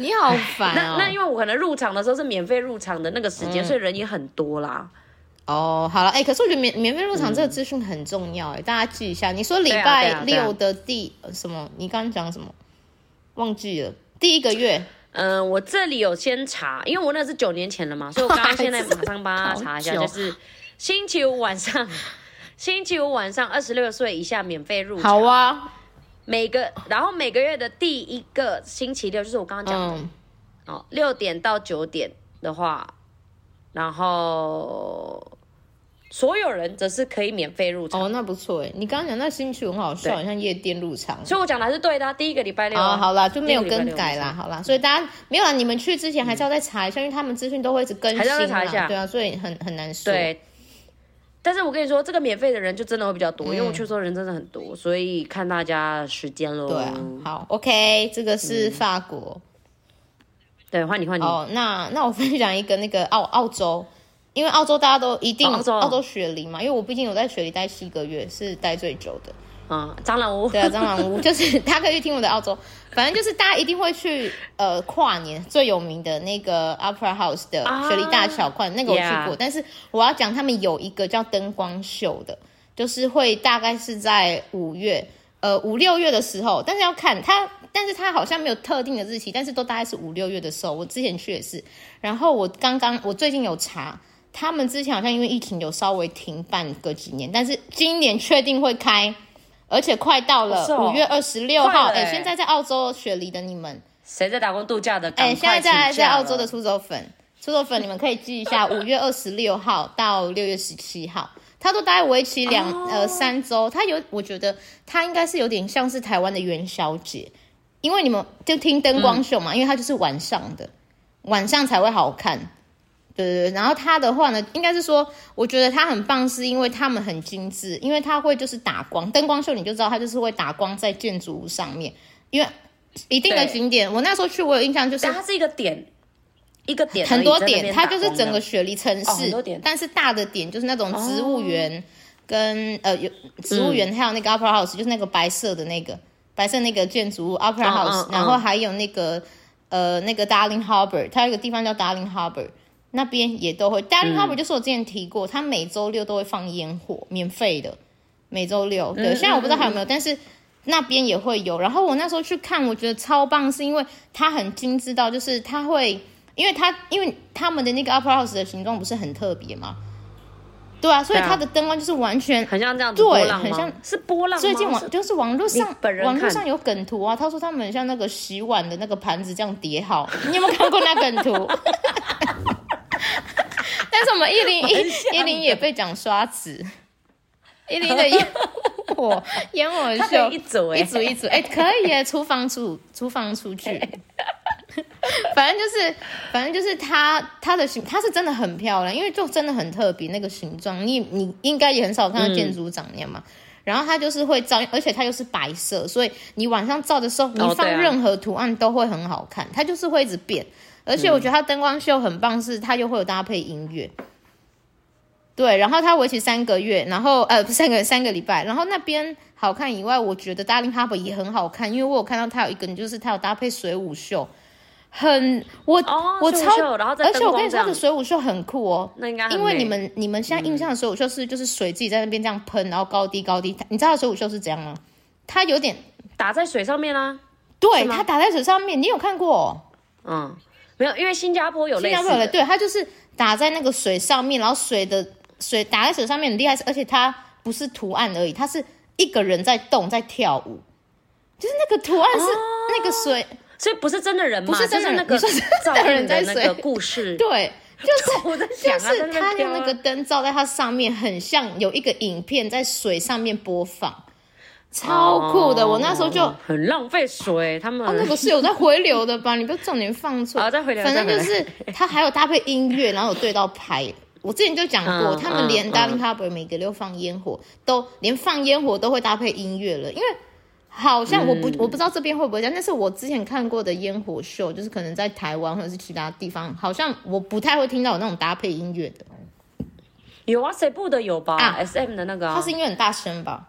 S2: 你好嗯烦
S1: 那那
S2: 哦！
S1: 因为我可能入场的时候是免费入场的那个时间，所以人也很多啦。
S2: 哦，好了，哎、可是我觉得免免费入场这个资讯很重要，哎、大家记一下。你说礼
S1: 嗯对啊对
S2: 拜
S1: 啊对啊
S2: 六的第、呃什么？你刚刚讲什么？忘记了。第一个月
S1: 嗯，我这里有先查，因为我那是九年前了嘛，所以我刚刚现在马上帮他查一下，
S2: 好久
S1: 就是星期五晚上，星期五晚上二十六岁以下免费入场。
S2: 好啊，
S1: 每个，然后每个月的第一个星期六，就是我刚刚讲的、
S2: 嗯，
S1: 哦，六点到九点的话，然后所有人则是可以免费入场。
S2: 哦，那不错哎。你刚刚讲那星期五很好笑，
S1: 对
S2: 很像夜店入场。
S1: 所以我讲的还是对的啊、第一个礼拜六、
S2: 啊、
S1: 啊
S2: 好啦，就没有
S1: 第一个礼拜
S2: 更
S1: 六
S2: 改
S1: 晚
S2: 啦，
S1: 上
S2: 好啦，所以大家没有啊啦，你们去之前还是要再查一下，因为他们资讯都会一直更新
S1: 嗯还是要再查一
S2: 啦，
S1: 下
S2: 对啊，所以很很难说。
S1: 对。但是我跟你说，这个免费的人就真的会比较
S2: 嗯
S1: 多，因为我去的时候人真的很多，所以看大家时间喽。
S2: 对啊，好，OK，这个
S1: 嗯
S2: 是法国。
S1: 对，换你换你。
S2: 哦，那那我分享一个那个澳澳洲，因为澳洲大家都一定、
S1: 哦澳洲
S2: 雪梨嘛，因为我毕竟有在雪梨待七个月，是待最久的。
S1: 嗯，蟑螂屋。
S2: 对啊，蟑螂屋就是大家可以去听我的澳洲，反正就是大家一定会去呃跨年最有名的那个 Opera House 的
S1: 啊
S2: 雪梨大桥跨年，那个我去
S1: Yeah
S2: 过，但是我要讲他们有一个叫灯光秀的，就是会大概是在五月呃五六月的时候，但是要看它。但是它好像没有特定的日期，但是都大概是五六月的时候。我之前去也是，然后我刚刚我最近有查，他们之前好像因为疫情有稍微停办个几年，但是今年确定会开，而且快到了
S1: 哦是哦
S2: 五月二十六号。
S1: 快了
S2: 哎、
S1: 欸
S2: 现在在澳洲雪梨的你们，
S1: 谁在打工度假的？赶
S2: 哎、现在
S1: 快
S2: 在
S1: 请
S2: 在
S1: 假
S2: 澳洲
S1: 了
S2: 的出走粉， 出走粉你们可以记一 下，五月二十六号到六月十七号。它都大概为期两、
S1: 哦
S2: 呃三周，它有我觉得它应该是有点像是台湾的元宵节，因为你们就听灯光秀
S1: 嗯
S2: 嘛，因为它就是晚上的，晚上才会好看。对对对，然后它的话呢，应该是说，我觉得它很棒，是因为他们很精致，因为它会就是打光，灯光秀你就知道它就是会打光在建筑物上面，因为一定的
S1: 对
S2: 景点，我那时候去我有印象就是
S1: 但它是一个点，一个点而已
S2: 很多
S1: 在那
S2: 点，
S1: 边
S2: 它
S1: 打
S2: 就是
S1: 工
S2: 整个
S1: 的
S2: 雪梨城
S1: 哦很
S2: 市，
S1: 多点哦
S2: 但是大的点就是那种植物园跟、呃有植
S1: 嗯
S2: 物园，还有那个 Opera House，、就是那个白色的那个白色那个建筑物 Opera
S1: 嗯
S2: House，、
S1: 嗯
S2: 然后还有那个呃那个 Darling Harbour，它有一个地方叫 Darling Harbour。那边也都会，Darling
S1: 嗯
S2: Harbour 就是我之前提过，它每周六都会放烟火，免费的，每周六。
S1: 嗯
S2: 对，现在我不知道还有没有，但是那边也会有。然后我那时候去看，我觉得超棒，是因为它很精致到，就是它会，因为它因为他们的那个 Opera House 的形状不是很特别嘛，对啊，所以
S1: 对啊
S2: 它的灯光就是完全
S1: 很像这样子
S2: 对
S1: 波浪吗
S2: 很像
S1: 是波浪吗。
S2: 最近网
S1: 是
S2: 就是网络上
S1: 你本人看
S2: 网络上有梗图啊，他说他们像那个洗碗的那个盘子这样叠好，你有没有看过那梗图？ 但是我们一零
S1: 蛮
S2: 一
S1: 像的
S2: 一零也被讲刷子，一零的烟 火烟火
S1: 它
S2: 秀
S1: 可以一组哎
S2: 一组一组，哎、可以 耶，厨房出厨房出去。
S1: 哎
S2: 反正就是，反正就是它它的形，它是真的很漂亮，因为就真的很特别那个形状，你你应该也很少看到建筑长那样嘛。
S1: 嗯
S2: 然后它就是会照，而且它又是白色，所以你晚上照的时候，你
S1: 哦
S2: 放
S1: 对啊
S2: 任何图案都会很好看，它就是会一直变。而且我觉得它灯光秀很棒，是它又会有搭配音乐。对，然后它为期三个月，然后呃不三个三个礼拜，然后那边好看以外，我觉得 Darling Harbour 也很好看，因为我有看到它有一个，就是它有搭配水舞秀，很我、
S1: 哦，
S2: 我
S1: 秀
S2: 超，
S1: 秀然后再
S2: 而且
S1: 灯
S2: 我
S1: 光
S2: 跟你
S1: 这
S2: 说它
S1: 样
S2: 的，水舞秀很酷哦，
S1: 那应该很
S2: 因为
S1: 美
S2: 你们你们现在印象的水舞秀是就是水自己在那边这样喷，然后高低高低，你知道水舞秀是怎样吗？它有点
S1: 打在水上面啊啦、
S2: 对
S1: 是吗
S2: 它打在水上面，你有看过、哦？
S1: 嗯，没有，因为新加坡有
S2: 新
S1: 类
S2: 加
S1: 似
S2: 坡有的，
S1: 的，
S2: 对，它就是打在那个水上面，然后水的水打在水上面很厉害，而且它不是图案而已，它是一个人在动在跳舞，就是那个图案是
S1: 哦
S2: 那个水，
S1: 所以不是真的人嘛，
S2: 不是真的人
S1: 就是
S2: 你说
S1: 那个照
S2: 真的
S1: 应
S2: 人
S1: 的
S2: 在
S1: 那
S2: 水
S1: 个故事。
S2: 对，就是
S1: 我在想
S2: 就
S1: 啊，在
S2: 是
S1: 边
S2: 它
S1: 飘
S2: 用
S1: 啊
S2: 那个灯照在它上面，很像有一个影片在水上面播放，超酷的。
S1: 哦
S2: 我那时候就。
S1: 很浪费水，他们
S2: 哦，那个是有在回流的吧？你不要重点放错。
S1: 哦好再回流
S2: 反正
S1: 再
S2: 就
S1: 回流
S2: 是 它还有搭配音乐，然后有对到拍。我之前就讲过，
S1: 嗯
S2: 他们连
S1: 嗯
S2: Darling Harbour 每个都放烟火，都连放烟火都会搭配音乐了，因为。好像我
S1: 嗯
S2: 不、我不知道这边会不会这样，但是我之前看过的烟火秀，就是可能在台湾或者是其他地方，好像我不太会听到有那种搭配音乐的。
S1: 有啊，谁部的有吧、
S2: 啊
S1: s m 的那个、
S2: 它
S1: 啊
S2: 是，音乐很大声吧？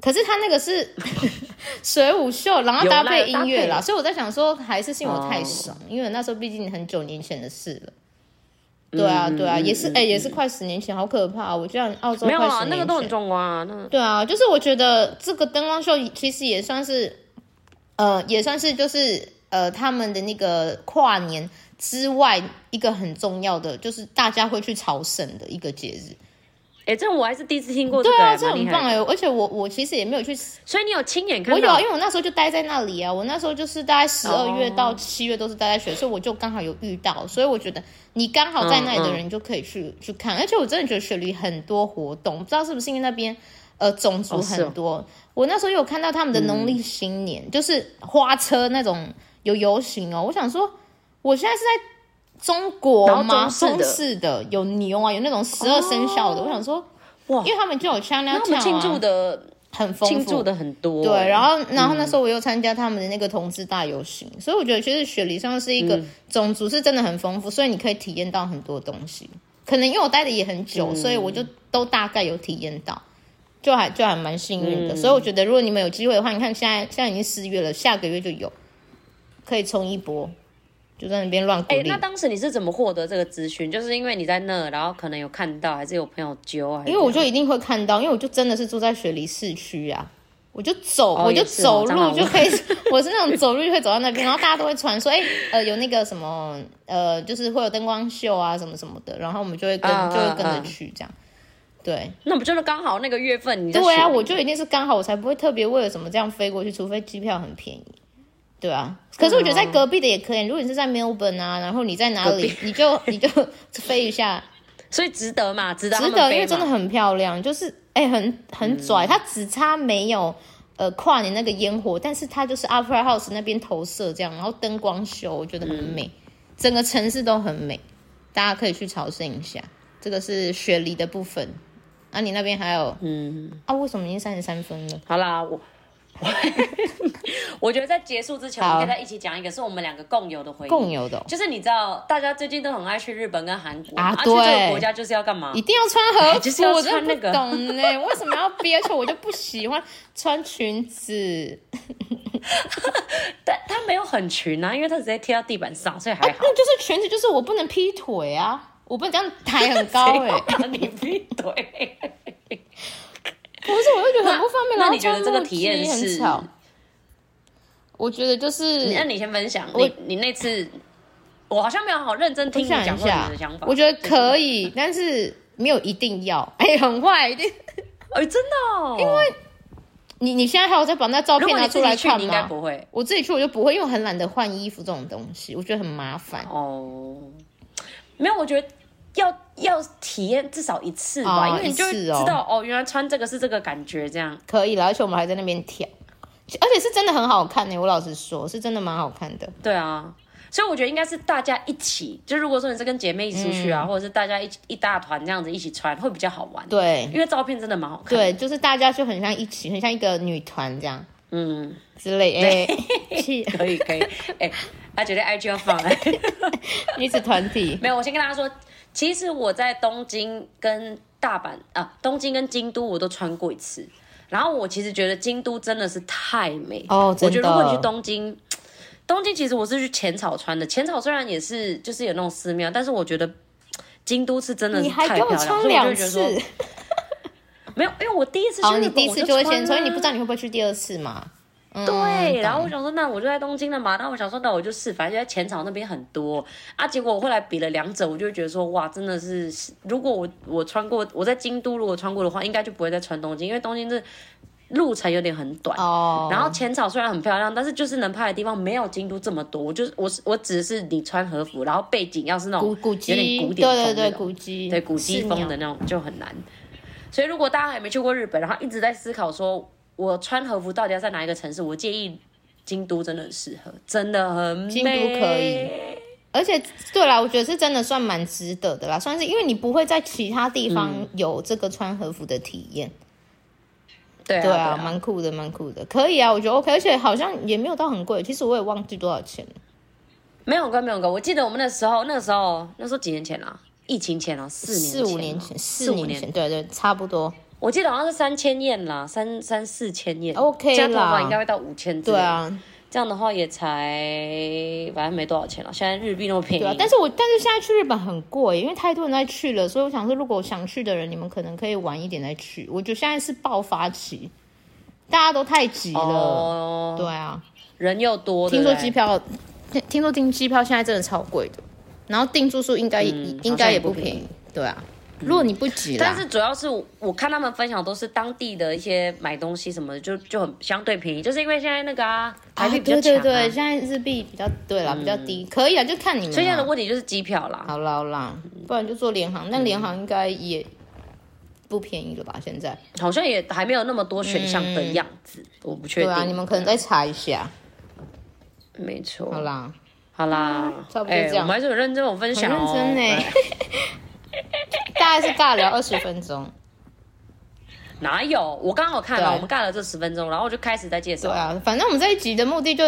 S2: 可是它那个是 水舞秀，然后搭配音
S1: 有啦
S2: 乐
S1: 有搭
S2: 啦，
S1: 配哦
S2: 所以我在想说，还是是因为我太爽，因为那时候毕竟很久年前的事
S1: 嗯
S2: 了。对啊，对啊，也是，哎、也是快十年前，好可怕、我居然澳洲
S1: 没有
S2: 快
S1: 啊
S2: 十，
S1: 那个
S2: 年
S1: 都很
S2: 前。
S1: 壮观啊，那个
S2: 对啊，就是我觉得这个灯光秀其实也算是，呃，也算是就是呃他们的那个跨年之外一个很重要的，就是大家会去朝圣的一个节日。
S1: 哎、这我还是第一次听过这
S2: 对
S1: 个、
S2: 啊，
S1: 欸，
S2: 这
S1: 蛮厉
S2: 很
S1: 害
S2: 棒
S1: 的
S2: 哎、而且我我其实也没有去，
S1: 所以你有亲眼看
S2: 我
S1: 到？
S2: 有啊，因为我那时候就待在那里啊，我那时候就是大概十二
S1: 哦
S2: 月到七月都是待在学，所以我就刚好有遇到，所以我觉得你刚好在那里的人就可以
S1: 嗯
S2: 去、去看，而且我真的觉得雪梨很多活动，不知道是不是因为那边呃种族
S1: 哦是哦嗯
S2: 很多，我那时候有看到他们的农历新年，就是花车那种有游行哦，我想说我现在是在。中国
S1: 然后
S2: 吗？
S1: 中式的哦
S2: 中式的有牛啊，有那种十二生肖的。我想说，
S1: 哇
S2: 因为他们就有 China
S1: 那我们
S2: Town
S1: 庆
S2: 啊
S1: 祝的
S2: 很丰富，
S1: 庆祝的很多，
S2: 对，然后
S1: 嗯
S2: 然后那时候我又参加他们的那个同志大游行，所以我觉得其实雪梨上是一个
S1: 嗯
S2: 种族是真的很丰富，所以你可以体验到很多东西。可能因为我待的也很
S1: 嗯
S2: 久，所以我就都大概有体验到，就还就还蛮幸运
S1: 嗯
S2: 的。所以我觉得如果你们有机会的话，你看现在现在已经四月了，下个月就有，可以冲一波，就在那边乱鼓
S1: 哎、
S2: 励。
S1: 那当时你是怎么获得这个资讯？就是因为你在那，然后可能有看到，还是有朋友揪？还是
S2: 因为我就一定会看到，因为我就真的是住在雪梨市区啊，我就走，
S1: 哦
S2: 我就
S1: 也是哦
S2: 走
S1: 蟑螂
S2: 路
S1: 屋
S2: 就 可以，我是那种走路就会走到那边，然后大家都会传说，哎、呃，有那个什么，呃，就是会有灯光秀啊，什么什么的，然后我们就会跟，
S1: 嗯
S2: 就会跟着
S1: 嗯嗯
S2: 去这样。对
S1: 那不就是刚好那个月份你在
S2: 对啊，
S1: 雪梨
S2: 我就一定是刚好，我才不会特别为了什么这样飞过去，除非机票很便宜。对
S1: 嗯
S2: 啊，可是我觉得在隔壁的也可以。如果你是在 Melbourne 啊，然后你在哪
S1: 隔
S2: 里
S1: 壁，
S2: 你就你就飞一下，
S1: 所以值得嘛，值得他
S2: 值
S1: 们嗯
S2: 得，
S1: 飞
S2: 因为真的
S1: 嘛
S2: 很漂亮，就是哎、很很拽，它只差没有呃跨年那个烟火，但是它就是 Opera House 那边投射这样，然后灯光秀，我觉得很
S1: 嗯
S2: 美，整个城市都很美，大家可以去朝圣一下。这个是雪梨的部分，啊，你那边还有嗯啊，为什么已经三十三分了？
S1: 好啦，我。 我我觉得在结束之前，我
S2: 好
S1: 们可以再一起讲一个是我们两个共有的回忆。
S2: 共有的哦、
S1: 就是你知道，大家最近都很爱去日本跟韩国
S2: 啊
S1: 去这个
S2: 对
S1: 国家就是要干嘛
S2: 一？定要 穿和服，
S1: 就是要
S2: 我真
S1: 穿那
S2: 的
S1: 个
S2: 不懂呢、为什么要憋而且我就不喜欢穿裙子，
S1: 但它没有很裙啊，因为它直接贴到地板上，所以还好。
S2: 那就是裙子，就是我不能劈腿啊，我不能这样抬很 高
S1: 谁
S2: 哎、
S1: 要把你劈 腿。
S2: 不是，我就觉得很不方 便。
S1: 那
S2: 然后
S1: 你觉得这个
S2: 穿木
S1: 体验
S2: 屐
S1: 是
S2: 很吵？我觉得就是
S1: 那你先分享，
S2: 我
S1: 你你那次，我好像没有好认真听
S2: 我
S1: 你
S2: 想
S1: 讲
S2: 一
S1: 过你
S2: 下
S1: 的想法。
S2: 我觉得可以，但是没有一定要，哎、很坏，一定。
S1: 哎，真的、哦，因为
S2: 你你现在还有再把那照
S1: 如
S2: 片
S1: 果
S2: 拿
S1: 你
S2: 出
S1: 自
S2: 来
S1: 己去，
S2: 看
S1: 你应该
S2: 吗？
S1: 不会
S2: 我自己去我就不会，因为我很懒得换衣服这种东西，我觉得很麻烦。
S1: 哦。没有，我觉得要要体验至少一次吧，
S2: 哦
S1: 因为你就会
S2: 一
S1: 知
S2: 次哦
S1: 道哦原来穿这个是这个感觉这样。
S2: 可以了，而且我们还在那边跳，而且是真的很好看欸呢、我老实说，是真的蛮好看的。
S1: 对啊，所以我觉得应该是大家一起，就如果说你是跟姐妹一起出去啊，或者是大家一起一大团这样子一起穿，会比较好玩。，
S2: 嗯对
S1: 因为照片真的蛮好看。，
S2: 对，就是大家就很像一起，很像一个女团这样
S1: 嗯，
S2: 之类。哎、 气
S1: 可以可以，哎、他绝对 IG 要放、
S2: 女子团体，
S1: 没有，我先跟大家说，其实我在东京跟大阪啊，东京跟京都我都穿过一次。然后我其实觉得京都真的是太美
S2: 哦真
S1: 我
S2: 的
S1: 觉得如果你去东京，东京其实我是去浅草穿的，浅草虽然也是就是有那种寺庙，但是我觉得京都是真的是
S2: 你
S1: 太
S2: 还
S1: 漂
S2: 给
S1: 亮
S2: 我
S1: 了，所以我
S2: 穿
S1: 就
S2: 两
S1: 觉得说
S2: 次，
S1: 没有，因为我第一次去日
S2: 哦，
S1: 本，
S2: 你第一次
S1: 我
S2: 就会
S1: 穿
S2: 先
S1: 啊
S2: 穿，因为你不知道你会不会去第二次嘛。嗯
S1: 对，然后我
S2: 懂
S1: 想说，那我就在东京了嘛，那我想说，那我就试，反正就在浅草那边很多啊。结果我后来比了两者，我就觉得说，哇，真的是，如果我我穿过，我在京都如果穿过的话，应该就不会再穿东京，因为东京这路程有点很短。
S2: 哦，
S1: 然后浅草虽然很漂亮，但是就是能拍的地方没有京都这么多。我就是我是我只是你穿和服，然后背景要是那种
S2: 古古迹
S1: 有点，古典风
S2: 对对
S1: 那
S2: 对，
S1: 种
S2: 古迹，
S1: 对古迹
S2: 寺
S1: 风
S2: 庙
S1: 的那种就很难。所以如果大家还没去过日本，然后一直在思考说我穿和服到底要在哪一个城市，我建议京都真的很适合，真的很美。
S2: 京都可以而且对啦，我觉得是真的算蛮值得的啦，算是因为你不会在其他地方
S1: 嗯
S2: 有这个穿和服的体验，
S1: 对啊，
S2: 对
S1: 对
S2: 啊，蛮、酷的，蛮酷的，可以啊，我觉得 OK，而且好像也没有到很贵，其实我也忘记多少钱了，
S1: 没有哥，没有哥。我记得我们那时候，那时候那时候几年前啦、疫情前啊，四年
S2: 四
S1: 前
S2: 五年
S1: 啊
S2: 前，
S1: 四
S2: 四
S1: 五
S2: 年前，对对，差不多，
S1: 我记得好像是三千燕啦，三三四千燕
S2: OK
S1: 加头发
S2: 啦
S1: 应该会到五千。
S2: 对，啊，
S1: 这样的话也才反正没多少钱了。现在日币那么便宜，
S2: 对啊，但是我但是现在去日本很贵，因为太多人在去了，所以我想说，如果想去的人，你们可能可以晚一点再去，我觉得现在是爆发期，大家都太急了，
S1: 哦，
S2: 对啊。
S1: 人又多，
S2: 听
S1: 对
S2: 说
S1: 不对
S2: 机票，听听说订机票现在真的超贵的，然后订住宿应该、
S1: 嗯
S2: 应该也
S1: 好像也不
S2: 不
S1: 便宜
S2: 便宜，对啊。如果你不急啦，
S1: 但是主要是我看他们分享都是当地的一些买东西什么的，就就很相对便宜，就是因为现在那个啊台币
S2: 啊，
S1: 比较
S2: 对
S1: 强、啊
S2: 对对，现在日币比较对啦，比较低，可以啊，就看你们啦。
S1: 所以现在的问题就是机票啦。
S2: 好啦好啦，不然就做联
S1: 嗯
S2: 航，但联航应该也不便宜了吧？现在
S1: 好像也还没有那么多选项的样子，我不确
S2: 嗯
S1: 定。
S2: 对啊，你们可能再查一下。
S1: 没错。
S2: 好，啦，
S1: 好啦，
S2: 差不多这样
S1: 哎我们还是很认真，我分
S2: 很
S1: 享、
S2: 认
S1: 哦，
S2: 真呢
S1: 哎，
S2: 大概是尬聊二十分钟。
S1: 哪有？我刚好看了，
S2: 对
S1: 我们干了这十分钟，然后我就开始在介绍。
S2: 对啊，反正我们这一集的目的就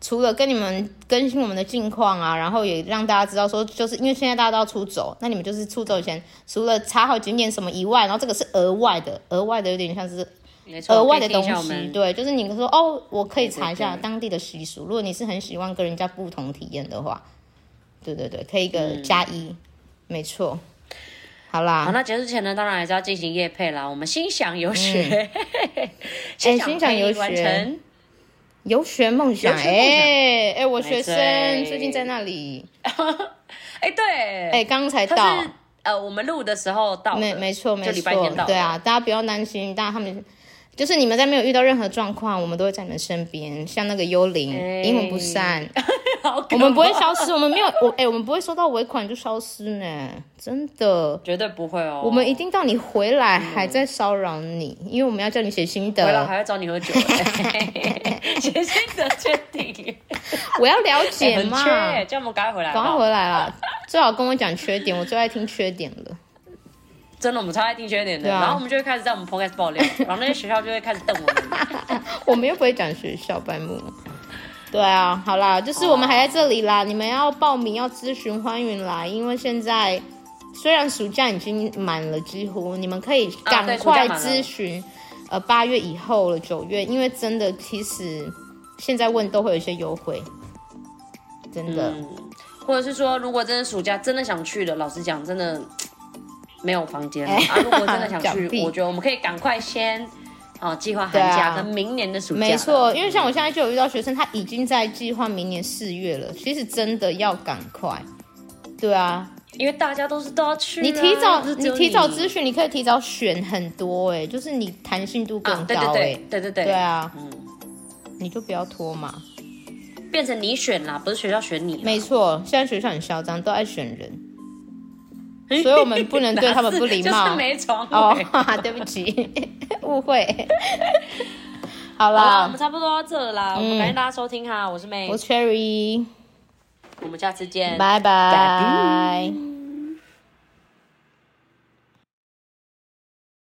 S2: 除了跟你们更新我们的近况啊，然后也让大家知道说，就是因为现在大家都要出走，那你们就是出走以前除了查好景点什么以外，然后这个是额外的，额外的有点像是
S1: 没错，
S2: 额外的
S1: 可以
S2: 东
S1: 听一下我
S2: 西，
S1: 们
S2: 对，就是你说哦，我可以
S1: 对对
S2: 查一下
S1: 对
S2: 当地的习俗，如果你是很喜欢跟人家不同体验的话，对对对，可以一个加一，没错，好啦，
S1: 嗯好，那结束前呢，当然还是要进行夜配啦。我们心想游学，
S2: 嗯 哎
S1: 想
S2: 心想
S1: 配
S2: 游
S1: 完
S2: 学
S1: 成。
S2: 游学梦想，
S1: 游
S2: 哎
S1: 学
S2: 哎
S1: 梦、想
S2: 我学
S1: 没
S2: 生
S1: 错
S2: 最近在那里，
S1: 哎、对，
S2: 哎、刚才
S1: 他
S2: 到
S1: 是。呃，我们录的时候到的，
S2: 没没错没
S1: 就
S2: 错，
S1: 礼拜天到，
S2: 对，啊，大家不要担心，大家他们就是你们在没有遇到任何状况，我们都会在你们身边，像那个幽灵，
S1: 哎
S2: 阴魂不散，
S1: 好可怕
S2: 我们不会，消失，我们没有我哎、我们不会收到尾款就消失呢，真的。
S1: 绝对不会哦，
S2: 我们一定到你回来还在骚扰你，因为我们要叫你写心
S1: 回来
S2: 得，
S1: 还要找你喝 酒，决心的确定，
S2: 我要了
S1: 哎
S2: 解
S1: 很
S2: 嘛，
S1: 缺，叫我们赶快回来
S2: 赶快
S1: 吧，
S2: 回来啦！最好跟我讲缺点，我最爱听缺点了。
S1: 真的我们超爱听缺点的，
S2: 对啊
S1: 然后我们就会开始在我们 podcast 爆 料，然后那些学校就会开始瞪我们，
S2: 我们又不会讲学校白目。对啊，好啦，就是我们还在这里啦，你们要报名要咨询，欢迎来，因为现在虽然暑假已经满了，几乎你们可以
S1: 啊
S2: 赶
S1: 对暑假
S2: 快
S1: 满了
S2: 咨询，呃，八月以后了，九月，因为真的其实现在问都会有一些优惠，真
S1: 嗯
S2: 的，
S1: 或者是说，如果真的暑假真的想去的，老实讲，真的没有房间了、啊，如果真的想
S2: 哎 讲
S1: 去，
S2: 屁
S1: 我觉得我们可以赶快先。啊，计划寒
S2: 对啊
S1: 假跟明年的暑假了，
S2: 没错，因为像我现在就有遇到学生，他已经在计划明年四月了，其实真的要赶快，对啊，
S1: 因为大家都是都要去啊、
S2: 你提早
S1: 不是只
S2: 你
S1: 有
S2: 提早
S1: 你
S2: 咨询，你可以提早选很多哎、就是你弹性度更
S1: 啊，对
S2: 高
S1: 对
S2: 哎、
S1: 对对对对，
S2: 对啊，
S1: 嗯，
S2: 你就不要拖嘛。
S1: 变成你选啦，不是学校选你啦，
S2: 没错，现在学校很嚣张，都爱选人，所以我们不能对他们不礼
S1: 嗯 就
S2: 貌
S1: 是。没床位。
S2: 哦，哈哈， 对不起，误会。好
S1: 好啦，我
S2: 啦
S1: 们，差不多到这了啦，我们感谢大家收听哈，我是妹
S2: 我，Cherry，
S1: 我们下次见，
S2: 拜
S1: 拜
S2: 拜。